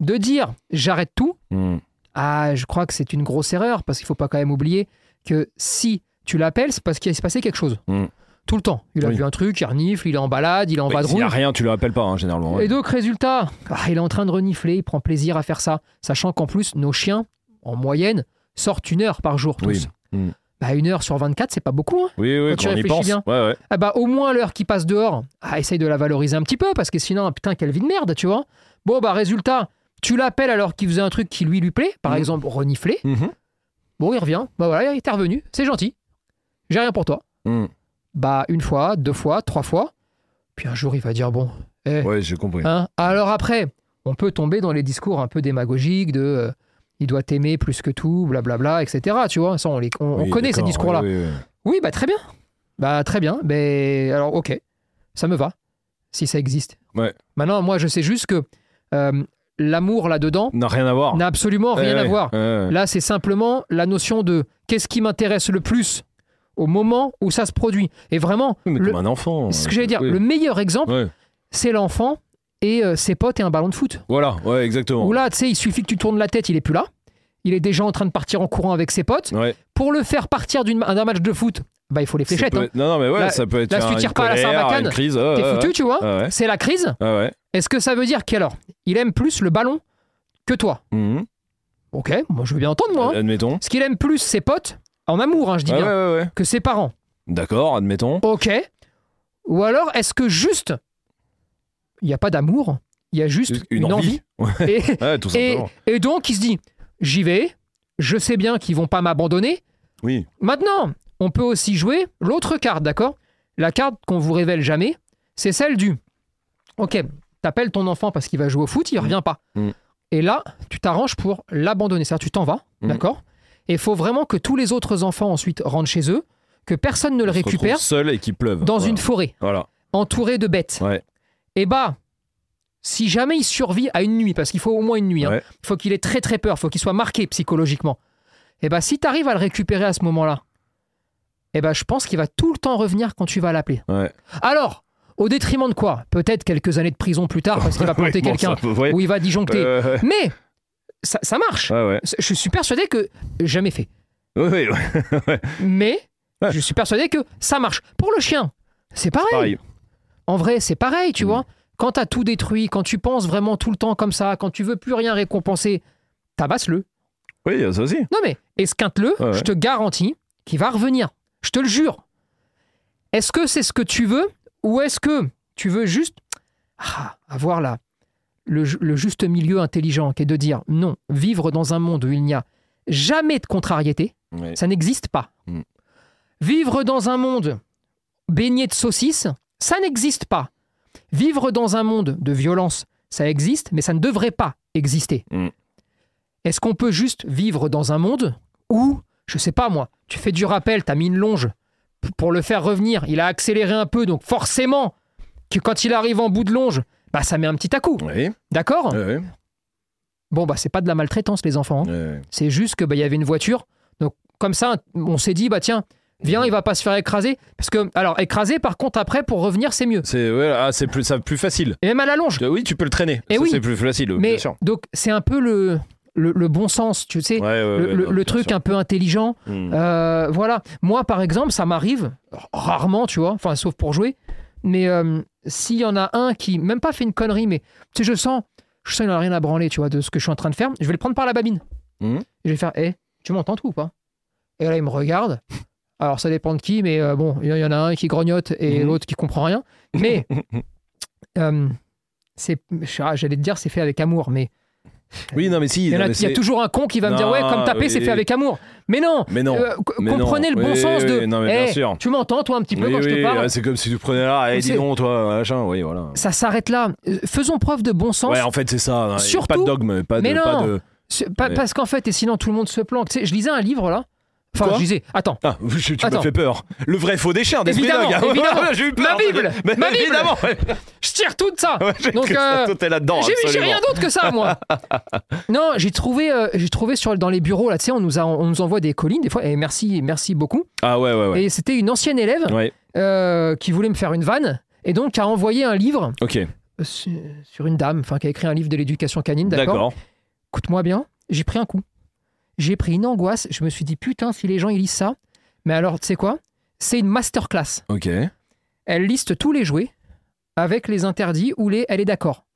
de dire j'arrête tout,
Mhm.
ah, je crois que c'est une grosse erreur parce qu'il faut pas quand même oublier que si tu l'appelles, c'est parce qu'il s'est passé quelque chose.
Mm.
Tout le temps. Il a
Oui.
vu un truc, il renifle, il est en balade, il est en
Oui, S'il
vadrouille.
n'y a rien, tu le rappelles pas, hein, généralement. ouais.
Et donc, résultat, ah, il est en train de renifler, il prend plaisir à faire ça. Sachant qu'en plus, nos chiens, en moyenne, sortent une heure par jour tous.
Oui. Mm.
Bah, une heure sur 24, c'est pas beaucoup. hein.
Oui, oui,
Quand tu
quand on y
réfléchis
pense.
bien.
Ouais, ouais.
Ah bah, au moins l'heure qui passe dehors, ah, essaye de la valoriser un petit peu parce que sinon, ah, putain, quelle vie de merde, tu vois. Bon, bah, résultat, tu l'appelles alors qu'il faisait un truc qui lui lui plaît, par
Mm.
exemple renifler.
Mhm.
Bon, il revient. Bah voilà, il est revenu. C'est gentil. J'ai rien pour toi.
Mhm.
Bah, une fois, deux fois, trois fois. Puis un jour, il va dire bon. eh,
Ouais, j'ai compris.
hein. Alors après, on peut tomber dans les discours un peu démagogiques de euh, il doit t'aimer plus que tout, blablabla, etc. Tu vois, ça, on, les, on, on
Oui,
connaît ces
d'accord,
discours-là.
oui, oui, oui.
Oui, bah très bien. Bah très bien. Mais alors ok, ça me va si ça existe.
Ouais.
Maintenant, moi, je sais juste que euh, l'amour là-dedans
n'a rien à voir. Eh,
n'a absolument rien
Ouais,
à
ouais,
voir.
ouais, ouais.
Là, c'est simplement la notion de qu'est-ce qui m'intéresse le plus au moment où ça se produit. Et vraiment,
Oui, mais
le-
comme un enfant.
ce
euh,
que j'allais dire,
oui.
le meilleur exemple,
Ouais.
c'est l'enfant et euh, ses potes et un ballon de foot.
Voilà, ouais, exactement.
Où là, tu sais, il suffit que tu tournes la tête, il est plus là. Il est déjà en train de partir en courant avec ses potes.
Ouais.
Pour le faire partir d'une- d'un match de foot, bah, il faut les
Ça
fléchettes.
peut
hein.
être- Non, non, mais ouais,
Là-
ça peut être
là, si
un-
tu
une
tires pas à la
colère,
Sarbacane,
une crise. ouais,
T'es
ouais,
foutu, tu vois
ouais. Ouais, ouais.
C'est la crise.
Ouais, ouais.
Est-ce que ça veut dire qu'alors, il aime plus le ballon que toi
Mhm.
Ok, moi je veux bien entendre, moi. hein.
Mmh. Admettons.
Ce qu'il aime plus ses potes, en amour, hein, je dis
Ah Euh, ouais,
bien,
ouais, ouais.
que ses parents.
D'accord, admettons.
Ok. Ou alors, est-ce que juste, il n'y a pas d'amour, il y a juste une, envie.
(laughs)
Et,
Ouais, tout
et,
simplement.
et donc, il se dit, j'y vais, je sais bien qu'ils vont pas m'abandonner.
Oui.
Maintenant, on peut aussi jouer l'autre carte, d'accord La carte qu'on vous révèle jamais, c'est celle du. Ok, t'appelles ton enfant parce qu'il va jouer au foot, il revient pas.
Mm.
Et là, tu t'arranges pour l'abandonner, c'est-à-dire tu t'en vas,
Mm.
d'accord Et il faut vraiment que tous les autres enfants ensuite rentrent chez eux, que personne ne le
On se retrouve
récupère
Seul et qui pleuve.
dans
Voilà.
une forêt
Voilà.
entouré de bêtes.
Ouais.
Et bah, si jamais il survit à une nuit, parce qu'il faut au moins une nuit, hein,
Ouais.
faut qu'il ait très très peur, faut qu'il soit marqué psychologiquement. Et bah, si t'arrives à le récupérer à ce moment-là, et bah, je pense qu'il va tout le temps revenir quand tu vas l'appeler.
Ouais.
Alors, au détriment de quoi Peut-être quelques années de prison plus tard parce qu'il va planter
Oui, bon,
quelqu'un
ça peut- (laughs) ouais.
ou il va disjoncter.
Euh, ouais.
Mais ça, ça marche.
Ouais, ouais.
Je suis persuadé que jamais fait.
Ouais, ouais, ouais.
Mais
Ouais.
je suis persuadé que ça marche. Pour le chien, c'est pareil.
Pareil.
En vrai, c'est pareil, tu
Mm.
vois. Quand t'as tout détruit, quand tu penses vraiment tout le temps comme ça, quand tu veux plus rien récompenser, tabasse-le.
Oui, il y a ça aussi.
Non mais, esquinte-le,
Ouais, ouais.
je te garantis qu'il va revenir. Je te le jure. Est-ce que c'est ce que tu veux ou est-ce que tu veux juste ah, avoir là le, ju- le juste milieu intelligent qui est de dire non, vivre dans un monde où il n'y a jamais de contrariété,
Ouais.
ça n'existe pas.
Mm.
Vivre dans un monde baigné de saucisses, ça n'existe pas. Vivre dans un monde de violence, ça existe, mais ça ne devrait pas exister.
Mm.
Est-ce qu'on peut juste vivre dans un monde où, je sais pas moi, tu fais du rappel, t'as mis une longe p- pour le faire revenir, il a accéléré un peu, donc forcément que quand il arrive en bout de longe, bah ça met un petit à coup,
Oui,
d'accord
ouais, ouais,
Bon bah c'est pas de la maltraitance les enfants. hein.
ouais.
C'est juste que bah, il y avait une voiture. Donc comme ça, on s'est dit bah tiens, viens, il va pas se faire écraser parce que alors écraser par contre après pour revenir c'est mieux.
C'est ouais, ah, c'est plus, ça, plus facile.
Et même à la longe.
Euh, Oui, tu peux le traîner.
Eh
Ça,
oui.
C'est plus facile,
Mais
bien sûr.
donc c'est un peu le, le le bon sens, tu sais.
Ouais, ouais,
Le,
ouais,
le-
non,
le
bien
truc
sûr.
un peu intelligent,
Mm.
Euh, voilà. Moi, par exemple, ça m'arrive r- rarement, tu vois, enfin, sauf pour jouer. Mais euh, s'il y en a un qui, même pas fait une connerie, mais tu sais, je sens, je sens qu'il en a rien à branler, tu vois, de ce que je suis en train de faire, je vais le prendre par la babine.
Mhm.
Et je vais faire, hé, tu m'entends tout ou pas Et là, il me regarde. Alors, ça dépend de qui, mais euh, bon, il y en a un qui grognote et
Mhm.
l'autre qui comprend rien.
(laughs)
Mais, euh, c'est, ah, j'allais te dire, c'est fait avec amour, mais
Oui, non, mais si.
il y, en
non,
a,
mais
il y a
c'est-
toujours un con qui va me dire,
Non,
ouais, comme taper,
oui,
c'est
oui.
fait avec amour. Mais non
Mais non.
euh, co-
Mais non.
comprenez le bon
Oui,
sens
oui,
de.
non, mais
Eh,
bien sûr.
Tu m'entends, toi, un petit peu
Oui,
quand je te
oui,
parle
ah, c'est comme si tu prenais là, eh,
On
dis
sait.
donc, toi, machin, oui, voilà.
Ça s'arrête là. Euh, Faisons preuve de bon sens.
Ouais, en fait, c'est ça. hein.
Surtout-
Pas de dogme, pas de.
Mais
pas
non.
de-
Ce- pa-
Ouais.
Parce qu'en fait, et sinon, tout le monde se planque. Tu sais, je lisais un livre, là. Enfin,
Quoi
je lisais. Attends.
Ah, (laughs) je- tu
Attends.
m'as fait peur. Le vrai faux des chiens, des
Évidemment,
spédogues, hein. (laughs)
évidemment.
J'ai eu peur.
Ma Bible,
Mais
ma
(laughs)
Bible.
Évidemment.
Je tire tout de ça
Ouais, j'ai
Donc,
cru que ça,
euh,
toi, t'es là-dedans.
J'ai j'ai
absolument.
rien d'autre que ça,
(laughs)
moi. non, j'ai trouvé, euh, j'ai trouvé sur, dans les bureaux, là, tu sais, on, nous a- on nous envoie des collines, des fois, et merci, merci beaucoup.
Ah, ouais, ouais, ouais.
Et c'était une ancienne élève
Ouais,
euh, qui voulait me faire une vanne, et donc qui a envoyé un livre
ok.
euh, sur sur une dame, enfin, qui a écrit un livre de l'éducation canine, d'accord
D'accord.
écoute-moi bien, j'ai pris un coup. J'ai pris une angoisse. Je me suis dit, putain, si les gens ils lisent ça. Mais alors, tu sais quoi C'est une masterclass.
Ok.
Elle liste tous les jouets avec les interdits ou les elle est d'accord.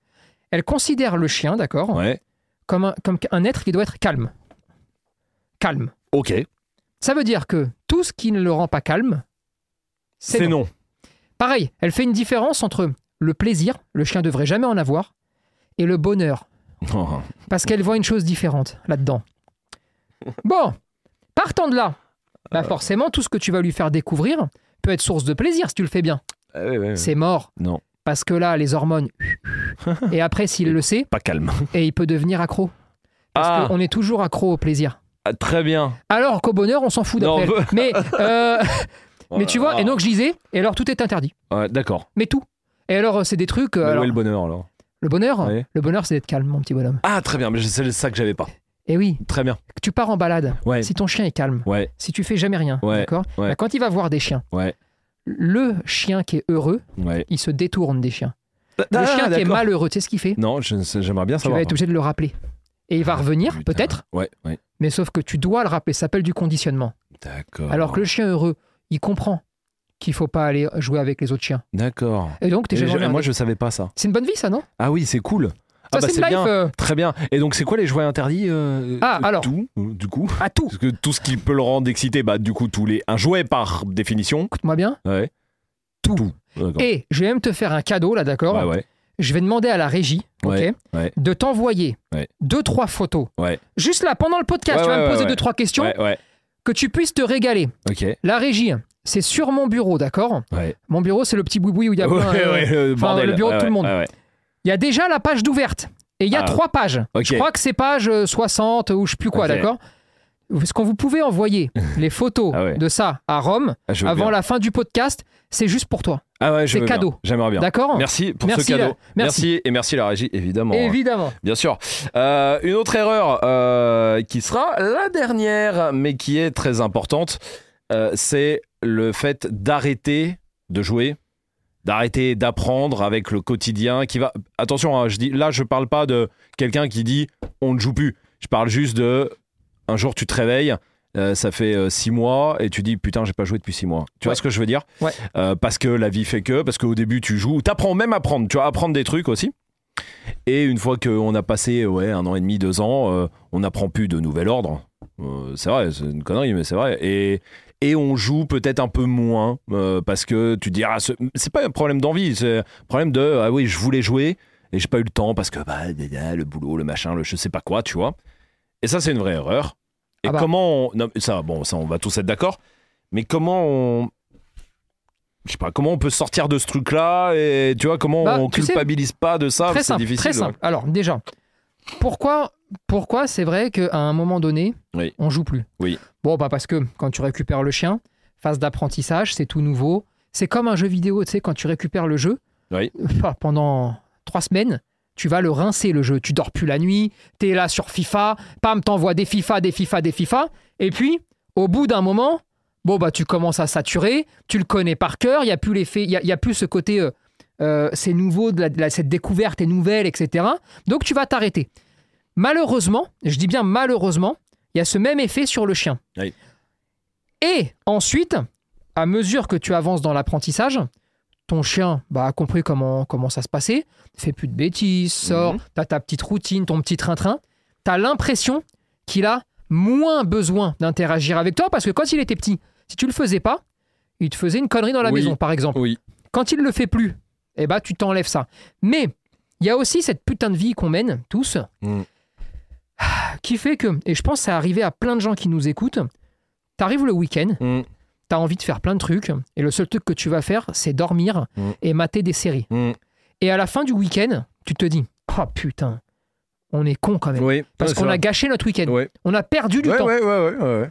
Elle considère le chien, d'accord,
Ouais.
comme, un, comme un être qui doit être calme. Calme.
Ok.
Ça veut dire que tout ce qui ne le rend pas calme, c'est
C'est
non.
non.
Pareil, elle fait une différence entre le plaisir, le chien devrait jamais en avoir, et le bonheur,
Oh.
parce qu'elle voit une chose différente là-dedans. Bon, partant de là, bah
Euh.
forcément, tout ce que tu vas lui faire découvrir peut être source de plaisir si tu le fais bien.
(laughs) Ah, ouais, ouais, ouais.
C'est mort.
Non.
Parce que là,
(laughs)
les hormones. Et après, s'il le sait,
Pas calme.
et il peut devenir accro. Parce
Ah,
qu'on est toujours accro au plaisir.
ah, très bien.
Alors qu'au bonheur, on s'en fout
Non,
d'après.
on
elle. Mais, euh,
(laughs)
(laughs) mais tu vois,
Ah.
et donc je disais, et alors tout est interdit.
Ouais, D'accord.
Mais tout. Et alors, c'est des trucs. euh,
Mais
alors,
Où est le bonheur alors
le bonheur,
Ouais.
le bonheur, c'est d'être calme, mon petit bonhomme.
Ah, très bien. Mais c'est ça que j'avais pas.
Et oui,
Très bien.
tu pars en balade.
Ouais.
Si ton chien est calme,
Ouais.
si tu fais jamais rien,
Ouais,
d'accord
ouais.
Bah, Quand il va voir des chiens,
Ouais.
le chien qui est heureux,
Ouais.
il se détourne des chiens.
Le
Le chien qui est malheureux, tu sais ce qu'il fait
Non, je ne sais- j'aimerais bien
Tu
savoir. Ah,
vas être obligé de le rappeler. Et il va revenir,
hein. Putain.
peut-être,
Ouais, ouais.
mais sauf que tu dois le rappeler, ça s'appelle du conditionnement.
D'accord.
Alors que le chien heureux, il comprend qu'il faut pas aller jouer avec les autres chiens.
D'accord.
Et donc, t'es
Et
jamais
je-
emmerdé.
Moi, je savais pas ça.
C'est une bonne vie, ça, non
Ah oui, c'est cool. Ah bah,
c'est
c'est
une life
bien.
euh,
Très bien. Et donc, c'est quoi les jouets interdits euh,
Ah,
euh,
alors. Ah.
Tout, euh, du coup
à tout.
Parce que tout ce qui peut le rendre excité, bah, du coup, tous les... un jouet par définition.
Écoute-moi bien.
Ouais.
Tout.
D'accord.
Et je vais même te faire un cadeau là, d'accord
Ouais, ouais.
Je vais demander à la régie ok,
Ouais, ouais.
de t'envoyer
Ouais.
deux, trois photos.
Ouais.
Juste là, pendant le podcast,
Ouais,
tu vas
ouais,
me
ouais,
poser
ouais.
deux, trois questions
Ouais, ouais.
que tu puisses te régaler.
Ok.
La régie, c'est sur mon bureau, d'accord
Ouais.
Mon bureau, c'est le petit boui-boui où il y a
(laughs) Ouais,
plein, euh,
ouais, le
enfin,
bordel.
le bureau de
Ouais,
tout le
ouais,
monde.
ouais, ouais.
Il y a déjà la page d'ouverte. Et il y a
Ah.
trois pages.
Ok.
Je crois que c'est page euh, 60 ou je sais plus quoi,
Ok.
d'accord Ce qu'on vous pouvez envoyer,
(laughs)
les photos
Ah ouais.
de ça à Rome,
Ah, je veux
avant
bien.
la fin du podcast, c'est juste pour toi.
Ah ouais, je
c'est
veux bien.
cadeau.
J'aimerais bien.
D'accord
Merci pour
Merci,
ce cadeau.
la- merci.
et merci la régie, évidemment. hein.
Évidemment.
Bien sûr. Euh, une autre erreur euh, qui sera la dernière, mais qui est très importante, euh, c'est le fait d'arrêter de jouer, d'arrêter d'apprendre avec le quotidien qui va. Attention, hein, je dis là, je parle pas de quelqu'un qui dit on ne joue plus. Je parle juste de un jour tu te réveilles. euh, ça fait euh, six mois et tu dis putain j'ai pas joué depuis six mois. Tu vois
Ouais.
ce que je veux dire
Ouais.
Euh, Parce que la vie fait que, parce qu'au début tu joues, t'apprends même à apprendre, tu vas apprendre des trucs aussi. Et une fois qu'on a passé ouais, un an et demi, deux ans, euh, on n'apprend plus de nouvel ordre. Euh, c'est vrai, c'est une connerie, mais c'est vrai. Et, et on joue peut-être un peu moins euh, parce que tu te dis, ah, ce- c'est pas un problème d'envie, c'est un problème de, ah oui, je voulais jouer et j'ai pas eu le temps parce que bah, dada, le boulot, le machin, le je sais pas quoi, tu vois. Et ça, c'est une vraie erreur. Et
Ah bah.
comment on. non, mais ça, bon, ça, on va tous être d'accord. Mais comment on. Je sais pas, comment on peut sortir de ce truc-là et tu vois, comment
Bah,
on
tu sais,
culpabilise pas de ça
très
Ah, C'est
simple.
difficile.
très
ouais.
simple. Alors, déjà, pourquoi, pourquoi c'est vrai qu'à un moment donné,
Oui.
on joue plus
Oui.
Bon, bah parce que quand tu récupères le chien, phase d'apprentissage, c'est tout nouveau. C'est comme un jeu vidéo, tu sais, quand tu récupères le jeu,
Oui.
(laughs) bah, pendant trois semaines, tu vas le rincer le jeu. Tu dors plus la nuit, t'es là sur FIFA, pam, t'envoies des FIFA, des FIFA, des FIFA. Et puis, au bout d'un moment, bon, bah tu commences à saturer, tu le connais par cœur, il n'y a plus l'effet, il y a- il y a plus ce côté. euh, euh, c'est nouveau, de la- de la- cette découverte est nouvelle, etc. Donc tu vas t'arrêter. Malheureusement, je dis bien malheureusement, il y a ce même effet sur le chien.
Oui.
Et ensuite, à mesure que tu avances dans l'apprentissage, ton chien bah, a compris comment, comment ça se passait, fait plus de bêtises, sort, t'as ta petite routine, ton petit train-train. T'as l'impression qu'il a moins besoin d'interagir avec toi parce que quand il était petit, si tu le faisais pas, il te faisait une connerie dans la
Oui.
maison, par exemple.
Oui.
Quand il le fait plus, eh ben, tu t'enlèves ça. Mais il y a aussi cette putain de vie qu'on mène tous,
Mm.
qui fait que, et je pense que ça arrivé à plein de gens qui nous écoutent, t'arrives le week-end,
Mm,
t'as envie de faire plein de trucs, et le seul truc que tu vas faire, c'est dormir
Mm.
et mater des séries.
mm.
Et à la fin du week-end, tu te dis, oh putain, on est con quand même.
Oui,
Parce
ouais,
qu'on
c'est
a
vrai.
gâché notre week-end.
Ouais.
On a perdu du
Ouais,
temps.
ouais, ouais, ouais, ouais.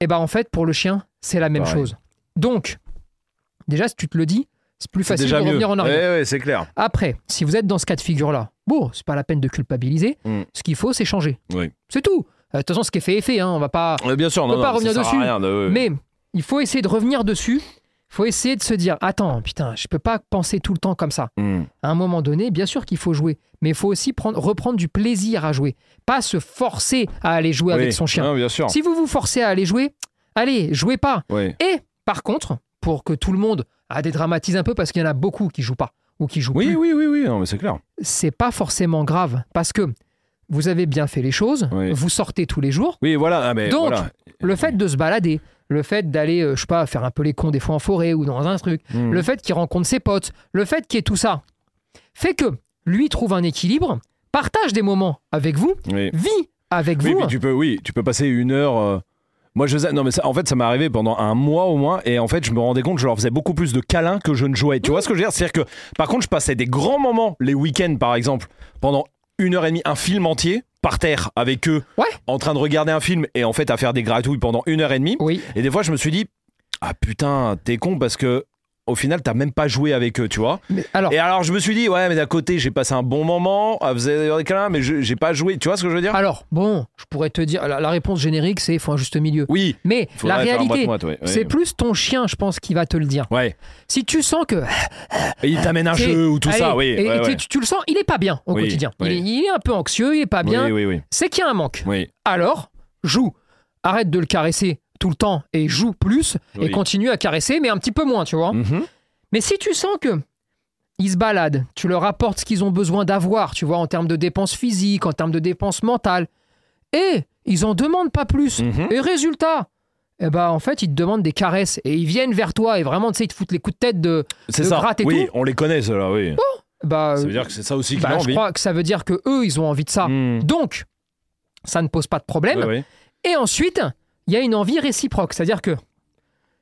Et bah en fait, pour le chien, c'est la même
Pareil.
chose. Donc, déjà, si tu te le dis, c'est plus
C'est
facile
déjà
de
mieux.
revenir en arrière.
Ouais, ouais, c'est clair.
Après, si vous êtes dans ce cas de figure-là, bon, c'est pas la peine de culpabiliser.
Mm.
Ce qu'il faut, c'est changer.
Oui.
C'est tout. Euh, De toute façon, ce qui est fait est fait. hein, on va pas.
Ouais, bien sûr,
On
non,
peut pas
non,
revenir
ça sert à
dessus,
rien de-
Mais il faut essayer de revenir dessus. Il faut essayer de se dire attends, putain, je peux pas penser tout le temps comme ça.
Mm.
À un moment donné, bien sûr qu'il faut jouer, mais il faut aussi prendre, reprendre du plaisir à jouer. Pas se forcer à aller jouer
Oui.
avec son chien.
Non, bien sûr.
Si vous vous forcez à aller jouer, allez, jouez pas.
Ouais.
Et par contre, pour que tout le monde a dédramatise un peu, parce qu'il y en a beaucoup qui jouent pas ou qui jouent
Oui,
plus,
oui, oui, oui, non, mais c'est clair.
c'est pas forcément grave, parce que vous avez bien fait les choses,
Oui.
vous sortez tous les jours.
Oui, voilà. ah, mais
Donc,
voilà.
Le fait de se balader, le fait d'aller, euh, je sais pas, faire un peu les cons des fois en forêt ou dans un truc,
Mm.
le fait qu'il rencontre ses potes, le fait qu'il y ait tout ça, fait que lui trouve un équilibre, partage des moments avec vous,
Oui.
vit avec
Oui,
vous.
puis tu peux, oui, tu peux passer une heure. euh, Moi, je faisais- non, mais ça, en fait, ça m'est arrivé pendant un mois au moins, et en fait, je me rendais compte, que je leur faisais beaucoup plus de câlins que je ne jouais. Tu vois ce que je veux dire C'est-à-dire que, par contre, je passais des grands moments, les week-ends par exemple, pendant une heure et demie, un film entier, par terre, avec eux,
Ouais.
en train de regarder un film, et en fait, à faire des gratouilles pendant une heure et demie.
Oui,
Et des fois, je me suis dit, ah putain, t'es con parce que. Au final, t'as même pas joué avec eux, tu vois.
mais alors,
Et alors, je me suis dit, ouais, mais d'un côté, j'ai passé un bon moment, à faisait des câlins, mais je- j'ai pas joué. Tu vois ce que je veux dire
alors, bon, je pourrais te dire, la, la réponse générique, c'est il faut un juste milieu.
Oui.
Mais la
faudrait faire un
réalité,
boîte-moite, ouais, ouais.
C'est plus ton chien, je pense, qui va te le dire.
Ouais.
Si tu sens que.
Et il t'amène un
tu sais,
jeu ou tout ça, oui.
allez, et-
ouais,
et tu-
ouais.
Tu, tu le sens, il est pas bien au
Oui,
quotidien. Il
oui.
est- Il, est un peu anxieux, il est pas bien.
Oui, oui, oui.
C'est qu'il y a un manque.
oui.
Alors, joue. Arrête de le caresser tout le temps et joue plus.
Oui. Mm.
Et continue à caresser, mais un petit peu moins, tu vois.
Mhm.
Mais si tu sens que. ils se baladent, tu leur apportes ce qu'ils ont besoin d'avoir, tu vois, en termes de dépenses physiques, en termes de dépenses mentales. Et ils en demandent pas plus.
Mhm.
Et résultat, eh ben, en fait, ils te demandent des caresses et ils viennent vers toi et vraiment, tu sais, ils te foutent les coups de tête de.
C'est
Le
ça.
gratte et
Oui,
tout.
on les connaît, ceux-là, oui.
Bah,
ça veut dire que c'est ça aussi qu'il
bah,
a
je
envie.
crois que ça veut dire que eux, ils ont envie de ça.
Hmm.
Donc, ça ne pose pas de problème.
Oui, oui.
Et ensuite, il y a une envie réciproque. C'est-à-dire que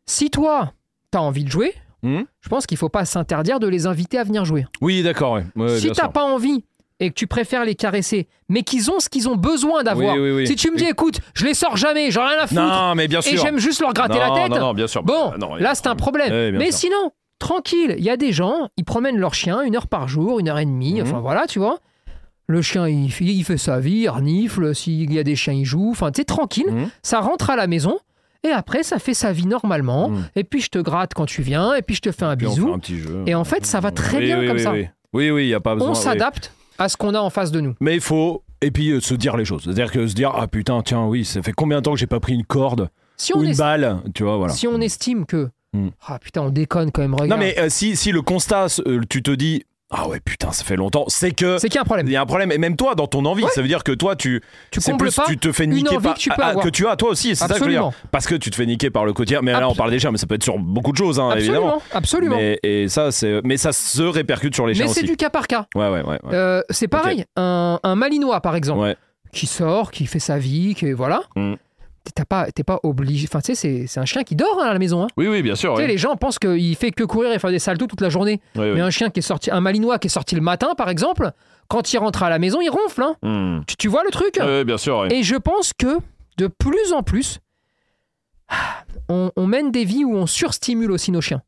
si toi, tu as envie de jouer,
Hmm.
je pense qu'il faut pas s'interdire de les inviter à venir jouer.
Oui, d'accord. ouais. Ouais,
si
bien
t'as
sûr.
pas envie et que tu préfères les caresser, mais qu'ils ont ce qu'ils ont besoin d'avoir.
Oui, oui, oui.
Si tu me dis, écoute, je les sors jamais, j'en ai rien à foutre,
Non, mais bien sûr.
et j'aime juste leur gratter
Non,
la tête,
Non, non, bien sûr.
bon,
Bah, non, il y a
là c'est un problème.
Ouais, Eh, bien
mais
sûr.
sinon, tranquille, il y a des gens, ils promènent leur chien une heure par jour, une heure et demie,
Mhm.
enfin voilà, tu vois. Le chien, il, fait- il fait sa vie, il renifle, s'il y a des chiens, il joue, enfin, tu sais, tranquille,
Mhm.
ça rentre à la maison. Et après, ça fait sa vie normalement.
Mhm.
Et puis, je te gratte quand tu viens. Et puis, je te fais un
Puis on
bisou.
fait un petit jeu.
Et en fait, ça va très
Oui,
bien
oui,
comme
oui,
ça.
Oui, oui, oui, il n'y a pas besoin.
On
oui.
s'adapte à ce qu'on a en face de nous.
Mais il faut. Et puis euh, se dire les choses. C'est-à-dire que se dire Ah putain, tiens, oui, ça fait combien de temps que j'ai pas pris une corde
Si
ou
on,
une
est-
balle Tu vois, voilà.
si on estime que.
Mm.
Ah putain, on déconne quand même,
Non,
regarde.
mais euh, si, si le constat, euh, tu te dis Ah ouais, putain, ça fait longtemps, c'est que.
C'est qu'il y a un problème.
Il y a un problème, et même toi, dans ton envie, ça veut dire que toi, tu,
Tu
c'est
combles
plus,
pas
tu te fais
une
niquer
envie
par
que tu peux
ah,
avoir.
que tu as toi aussi, c'est ça que je veux dire.
Absolument.
Parce que tu te fais niquer par le quotidien. Mais là, on
Absol-
parle des chiens, mais ça peut être sur beaucoup de choses, hein, évidemment.
Absolument. Absolument.
Mais, et ça, c'est, mais ça se répercute sur les
Mais,
chiens
c'est
aussi.
du cas par cas.
Ouais, ouais, ouais. ouais.
Euh, c'est pareil, un, un malinois par exemple,
Ouais.
qui sort, qui fait sa vie, qui voilà.
Mm.
T'es- T'as pas, t'es pas obligé. Enfin, tu sais, c'est- c'est un chien qui dort hein, à la maison. hein.
Oui, oui, bien sûr.
Tu sais,
oui.
les gens pensent qu'il fait que courir et faire des saltos toute la journée.
Oui, oui.
Mais un chien qui est sorti, un malinois qui est sorti le matin par exemple, quand il rentre à la maison, il ronfle. hein.
Hmm.
Tu, tu vois le truc
Oui, oui, bien sûr. oui.
Et je pense que de plus en plus, ah, on, on mène des vies où on surstimule aussi nos chiens.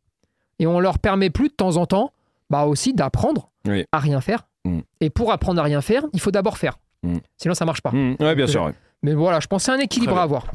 Et on leur permet plus de temps en temps, bah aussi d'apprendre
Oui.
à rien faire.
Mm.
Et pour apprendre à rien faire, il faut d'abord faire.
Mm.
Sinon, ça marche pas.
Hmm. Ouais, bien sûr. oui.
Mais voilà, je pense que c'est un équilibre
Très bien.
à avoir.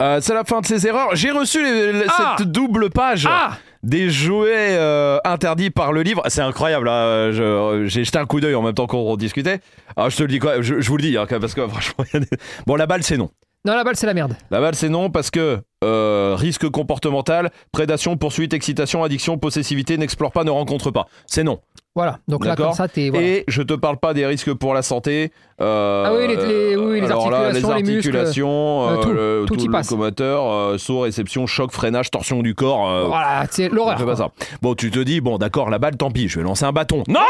Euh, c'est la fin de ces erreurs. J'ai reçu les- les-
Ah
cette double page
Ah
des jouets euh, interdits par le livre. C'est incroyable. hein, je- J'ai jeté un coup d'œil en même temps qu'on discutait. Ah, je te le dis quoi Je, je vous le dis hein, parce que franchement, il y a des- bon, la balle, c'est non.
Non, la balle, c'est la merde.
La balle, c'est non parce que euh, risque comportemental, prédation, poursuite, excitation, addiction, possessivité, n'explore pas, ne rencontre pas. C'est non.
Voilà. Donc là,
D'accord.
comme ça, t'es. voilà.
Et je te parle pas des risques pour la santé. euh,
Ah oui, les- les- oui, les
alors là,
articulations, les muscles,
articulations,
euh, tout,
le-
tout y
le
passe.
locomoteur, euh, saut, réception, choc, freinage, torsion du corps. euh,
Voilà, c'est
on
l'horreur.
fait
quoi.
pas ça. Bon, tu te dis, bon, d'accord, la balle, tant pis, je vais lancer un bâton.
(laughs)
Non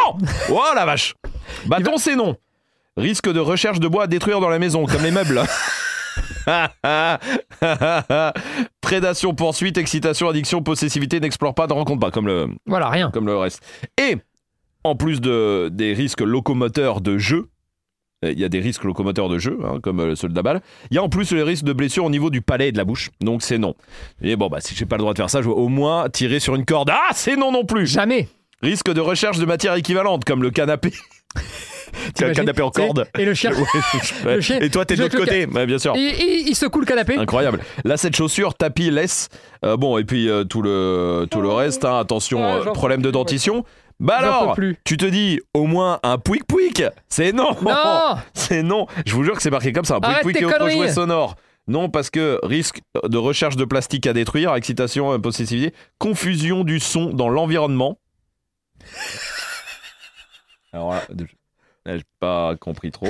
Oh la vache Bâton, c'est non Risque de recherche de bois à détruire dans la maison, comme les
(laughs)
meubles. (laughs) Prédation, poursuite, excitation, addiction, possessivité, n'explore pas, ne rencontre pas, comme le,
Voilà, rien.
comme le reste. Et, en plus de, des risques locomoteurs de jeu, euh, il y a des risques locomoteurs de jeu, hein, comme euh, ceux de la balle. Il y a en plus les risques de blessure au niveau du palais et de la bouche. Donc c'est non. Et bon, bah, si j'ai pas le droit de faire ça, je vais au moins tirer sur une corde. Ah, c'est non non plus
Jamais.
Risque de recherche de matière équivalente, comme le
(laughs)
canapé. le
T'imagines,
canapé en
tu sais,
corde.
Et
(laughs)
le chien.
Ouais, je- ouais.
Le chien-
et toi, t'es de
je
l'autre
joue avec
côté, Ouais, bien sûr.
Il, il- il secoue le canapé.
Incroyable. Là, cette chaussure, tapis, laisse. Euh, bon, et puis euh, tout le, tout le reste, hein, attention,
Ah,
euh,
j'en
problème
peux
de
plus,
dentition. Bah
J'en
alors,
peux plus.
tu te dis au moins un pouic pouic C'est non
Non
(laughs) C'est non Je vous jure que c'est marqué comme ça. Un pouic
Arrête
pouic
tes
et autres
conneries.
jouets sonores. Non, parce que risque de recherche de plastique à détruire, excitation, euh, possessivité, confusion du son dans l'environnement. (laughs) Alors là, je- là, j'ai pas compris trop.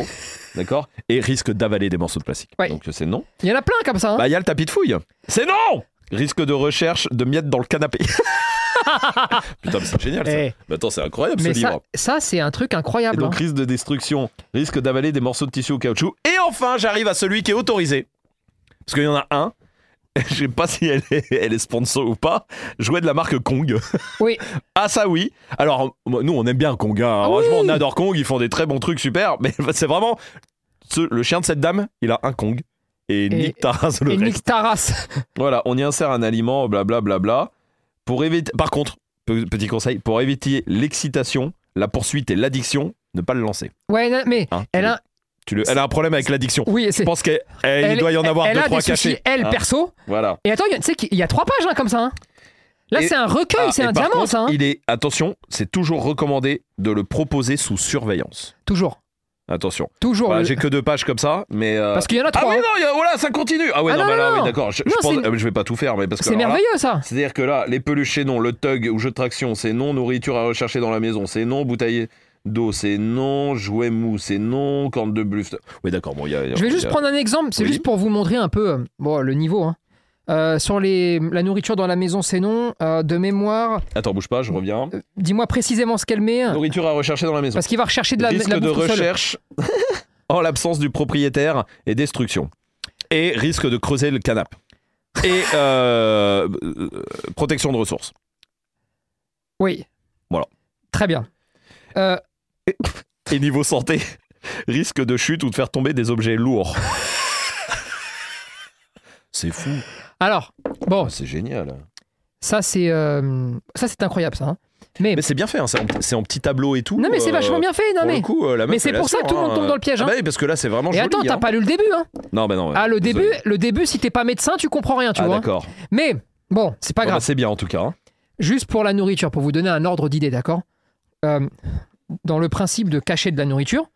D'accord Et risque d'avaler des morceaux de plastique.
Ouais.
Donc c'est non.
Il y en a plein comme ça. hein.
Bah, il y a le tapis de fouille. C'est non Risque de recherche de miettes dans le
(laughs)
canapé. Putain, mais c'est génial ça.
Eh,
Mais attends, c'est incroyable
mais
ce
ça,
livre.
ça c'est un truc
Et
incroyable.
donc,
hein.
risque de destruction, risque d'avaler des morceaux de tissu au caoutchouc. Et enfin, j'arrive à celui qui est autorisé. Parce qu'il y en a un. (laughs) Je sais pas si elle est, elle est sponsor ou pas. Jouet de la marque Kong. (laughs)
Oui.
Ah, ça oui. Alors, moi, nous, on aime bien Kong. hein.
Ah
Franchement,
oui.
on adore Kong. Ils font des très bons trucs super. Mais (laughs) c'est vraiment. ce- le chien de cette dame, il a un Kong. Et, nique ta race, le
Et
reste.
nique ta race.
Voilà, on y insère un aliment, blablabla. Bla, bla, pour éviter. Par contre, pe- petit conseil, pour éviter l'excitation, la poursuite et l'addiction, ne pas le lancer.
Ouais, non, mais
hein. Tu
elle
le-
a.
tu le- elle a un problème avec l'addiction.
Oui,
Je
c'est.
pense qu'elle elle- il
elle-
doit y en avoir
elle
deux,
a
trois
des soucis,
cachés.
elle,
hein.
perso.
Voilà.
Et attends, il y a- tu sais qu'il y a trois pages hein, comme ça. hein. Là,
Et-
c'est un recueil,
Ah,
c'est
et
un
par
diamant,
contre,
ça. hein.
Il est, attention, c'est toujours recommandé de le proposer sous surveillance.
Toujours.
Attention.
Toujours.
Voilà,
le-
Bah, J'ai que deux pages comme ça, mais. euh,
Parce qu'il y en a
Ah
trois.
oui,
hein.
non, il y a- voilà, ça continue. Ah ouais,
Ah
non,
non,
bah là,
non,
oui,
non.
d'accord. Je, je
Non,
pense-
c'est-
euh, je vais pas tout faire, mais parce que.
C'est
alors là,
merveilleux ça.
C'est-à-dire que là, les peluches, c'est non. Le tug ou jeu de traction, c'est non. Nourriture à rechercher dans la maison, c'est non. Bouteille d'eau, c'est non. Jouet mou, c'est non. Corne de bluff. Oui, d'accord. Bon, il y a.
Je vais
il y
juste
a-
prendre un exemple, c'est
Oui.
juste pour vous montrer un peu euh, bon, le niveau. hein. Euh, sur les, la nourriture dans la maison, c'est non. Euh, de mémoire,
Attends, bouge pas, je reviens.
euh, dis-moi précisément ce qu'elle met. hein,
Nourriture à rechercher dans la maison.
Parce qu'il va rechercher de la,
risque de
la bouffe tout seul.
recherche en l'absence du propriétaire et destruction. Et risque de creuser le canap. Et euh, euh, protection de ressources.
Oui.
Voilà.
Très bien. Euh,
Et niveau santé, (laughs) risque de chute ou de faire tomber des objets
(laughs)
lourds. C'est fou.
alors, bon,
Ah, c'est génial.
ça c'est euh, ça c'est incroyable ça. hein. Mais,
Mais c'est bien fait, hein, c'est en, c'est en petit tableau et tout.
non mais c'est
euh,
vachement bien fait, non
pour le
mais.
coup, euh, la
mais
meuf,
c'est
elle
pour ça
assure,
que tout le monde
hein.
tombe dans le piège,
Ah
hein.
bah oui, parce que là, c'est vraiment
Et
joli.
attends, t'as
hein.
pas lu le début, hein
Non, bah non.
Ah, le
désolé.
début, le début, si t'es pas médecin, tu comprends rien, tu
Ah
vois.
d'accord.
Mais bon, c'est pas
Bon, bah,
grave.
c'est bien en tout cas. hein.
Juste pour la nourriture, pour vous donner un ordre d'idée, d'accord Euh, Dans le principe de cacher de la nourriture,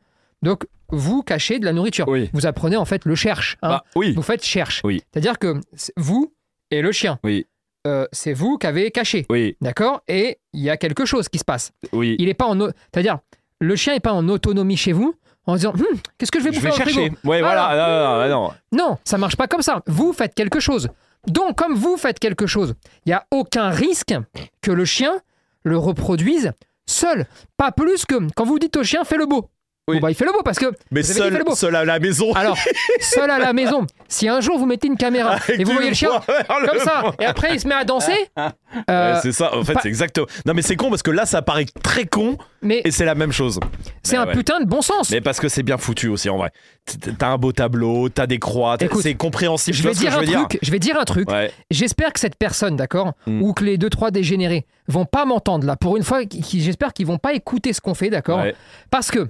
donc vous cachez de la nourriture.
Oui.
Vous apprenez en fait le cherche. hein.
Bah, oui.
Vous faites cherche.
Oui.
C'est-à-dire que c'est vous et le chien,
Oui.
Euh, c'est vous qui avez caché,
Oui.
d'accord Et il y a quelque chose qui se passe.
Oui.
Il est pas en, au- c'est-à-dire le chien est pas en autonomie chez vous en disant Hum, qu'est-ce que je vais bouffer au frigo Ah
Ouais, voilà. Ah, Non, non, non, non.
Non, ça marche pas comme ça. Vous faites quelque chose. Donc, comme vous faites quelque chose, il n'y a aucun risque que le chien le reproduise seul. Pas plus que quand vous dites au chien, fais le beau.
Oui.
Bon, bah, il fait le beau parce que,
Mais
Vous avez dit,
seul,
fais le Ah, beau.
seul à la maison.
alors, seul à la maison, si un jour vous mettez une
(laughs)
caméra
avec
et vous
du
voyez le chien
poing vers
comme
Ah, le
ça,
poing.
et après il se met à danser, euh,
Ouais, c'est ça, en fait,
pas-
c'est exactement. Non, mais c'est con parce que là, ça paraît très con
mais
et c'est la même chose.
c'est
bah
un
ouais.
putain de bon sens.
Mais parce que c'est bien foutu aussi, en vrai. T- T'as un beau tableau, t'as des croix, t'as-
Écoute,
c'est compréhensible. tu
Je
vois
vais,
ce que
dire un
je veux
truc, je vais dire un truc.
dire. Ouais.
J'espère que cette personne, d'accord,
Mm.
ou que les deux trois dégénérés vont pas m'entendre là. Pour une fois, qui- qui- j'espère qu'ils vont pas écouter ce qu'on fait, d'accord
ouais.
Parce que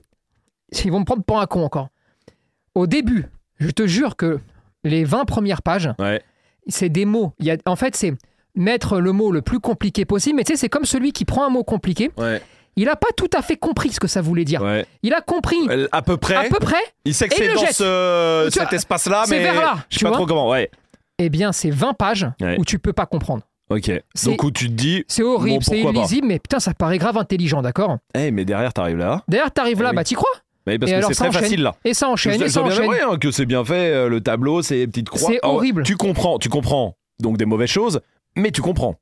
ils vont me prendre pour un con encore. Au début, je te jure que les 20 premières pages,
ouais.
c'est des mots. Il y a, en fait, c'est mettre le mot le plus compliqué possible. Mais tu sais, c'est comme celui qui prend un mot compliqué.
Ouais.
Il a pas tout à fait compris ce que ça voulait dire.
ouais.
Il a compris
Euh, À peu près.
à peu près.
Il sait que
Et il
c'est
le
dans
jette.
ce-
Tu vois,
cet espace-là,
c'est
mais
vers là,
je
tu
sais pas
vois.
trop comment. Ouais.
Eh bien, c'est 20 pages
Ouais.
où tu peux pas comprendre.
Ok.
C'est-
Donc où tu te dis,
C'est
Bon,
horrible, c'est
pourquoi pas.
illisible, mais putain, ça paraît grave intelligent, d'accord
Eh, mais derrière, t'arrives là.
D'ailleurs, t'arrives
Eh
là,
oui.
bah t'y crois
Mais parce
Et
que
alors,
c'est
ça
très
enchaîne.
facile là.
Et ça enchaîne, et
Je- je
ça
veux bien
enchaîne.
avouer, hein, que c'est bien fait, euh, le tableau, ces petites croix.
C'est
Ah ouais,
horrible.
Tu comprends, tu comprends. Donc des mauvaises choses, mais tu comprends.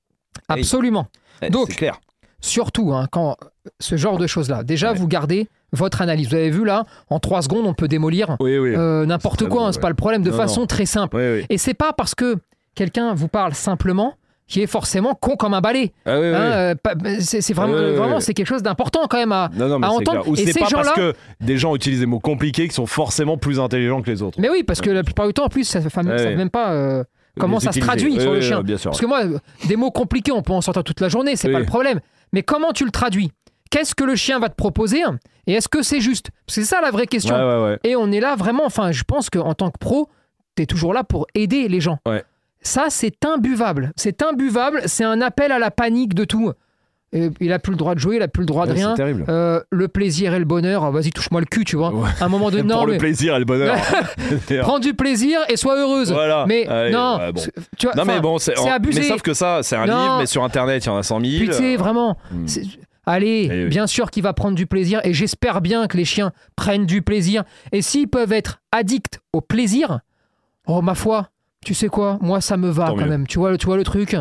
Absolument.
Eh,
Donc-
c'est clair.
Surtout hein, quand ce genre de choses-là. Déjà,
Ouais.
vous gardez votre analyse. Vous avez vu là, en trois secondes, on peut démolir
Oui, oui.
euh, n'importe
très
quoi.
drôle,
hein, c'est
ouais.
pas le problème. De
Non,
façon très simple.
oui, oui.
Et c'est pas parce que quelqu'un vous parle simplement qui est forcément con comme un balai.
Ah, oui, oui,
hein,
oui.
euh, pas- c'est c'est vraiment,
Ouais, ouais, ouais,
vraiment,
ouais.
c'est quelque chose d'important quand même à.
Non, non, mais
à
c'est
entendre.
clair. Ou
Et
c'est
ces
pas parce
gens-là-
que des gens utilisent des mots compliqués qui sont forcément plus intelligents que les autres.
Mais oui, parce que la plupart du temps, en plus, ça ne
Ouais, ouais.
savent même pas euh, comment
Les
ça se
utiliser.
traduit
Oui,
sur
oui,
le
oui,
chien.
Bien sûr.
Parce que moi, euh, des mots compliqués, on peut en sortir toute la journée, c'est
Oui.
pas le problème. Mais comment tu le traduis Qu'est-ce que le chien va te proposer Et est-ce que c'est juste Parce que c'est ça la vraie
Ouais,
question.
ouais, ouais.
Et on est là vraiment, enfin, je pense qu'en tant que pro, t'es toujours là pour aider les gens.
Ouais.
Ça, c'est imbuvable. C'est imbuvable, c'est un appel à la panique de tout. Euh, il a plus le droit de jouer, il a plus le droit de
Ouais,
rien.
C'est terrible.
Euh, le plaisir et le bonheur, ah, vas-y, touche-moi le cul, tu vois.
Ouais.
À un moment donné,
(laughs)
non,
Pour
mais
le plaisir et le
(laughs)
bonheur.
prends du plaisir et sois heureuse.
Voilà.
Mais
Allez,
non,
ouais, bon.
tu vois,
Non, mais
enfin,
bon, c'est
c'est abusé.
Mais sauf que ça, c'est un
Non.
livre, mais sur internet, il y en a 100 000.
Puis tu sais, vraiment.
Hmm.
c'est- Allez,
Eh oui.
bien sûr qu'il va prendre du plaisir et j'espère bien que les chiens prennent du plaisir. Et s'ils peuvent être addicts au plaisir, oh ma foi, tu sais quoi, moi ça me va
Tant
quand
mieux.
même. Tu vois, le- tu vois le truc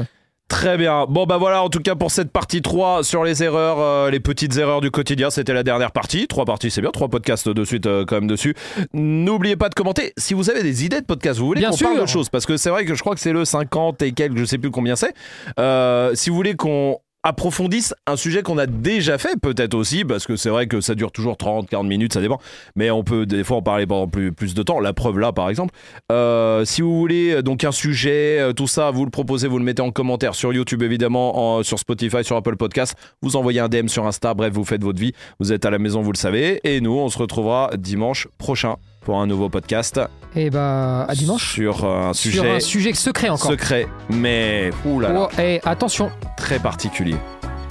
Très bien. Bon, bah voilà, en tout cas pour cette partie 3 sur les erreurs, euh, les petites erreurs du quotidien, c'était la dernière partie. Trois parties, c'est bien. Trois podcasts de suite, euh, quand même, dessus. N'oubliez pas de commenter si vous avez des idées de podcasts. Vous voulez
Bien
qu'on parle
sûr.
d'autre chose Parce que c'est vrai que je crois que c'est le 50 et quelques, je sais plus combien c'est. Euh, si vous voulez qu'on approfondisse un sujet qu'on a déjà fait peut-être aussi parce que c'est vrai que ça dure toujours 30 40 minutes ça dépend mais on peut des fois en parler pendant plus, plus de temps la preuve là par exemple euh, si vous voulez euh, donc un sujet, euh, tout ça, vous le proposez, vous le mettez en commentaire sur YouTube évidemment, en- euh, sur Spotify, sur Apple Podcast. Vous envoyez un DM sur Insta, bref, vous faites votre vie. Vous êtes à la maison, vous le savez. Et nous, on se retrouvera dimanche prochain pour un nouveau podcast.
Et bah, à dimanche.
Sur euh, un
Sur
sujet
un sujet secret encore.
secret, mais oulala,
Oh, et attention,
très particulier.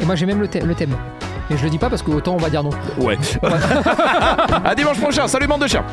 et moi j'ai même le thème. Le thème. Et je le dis pas parce que autant on va dire non.
(laughs) Ouais. à dimanche prochain. Salut, bande de chiens.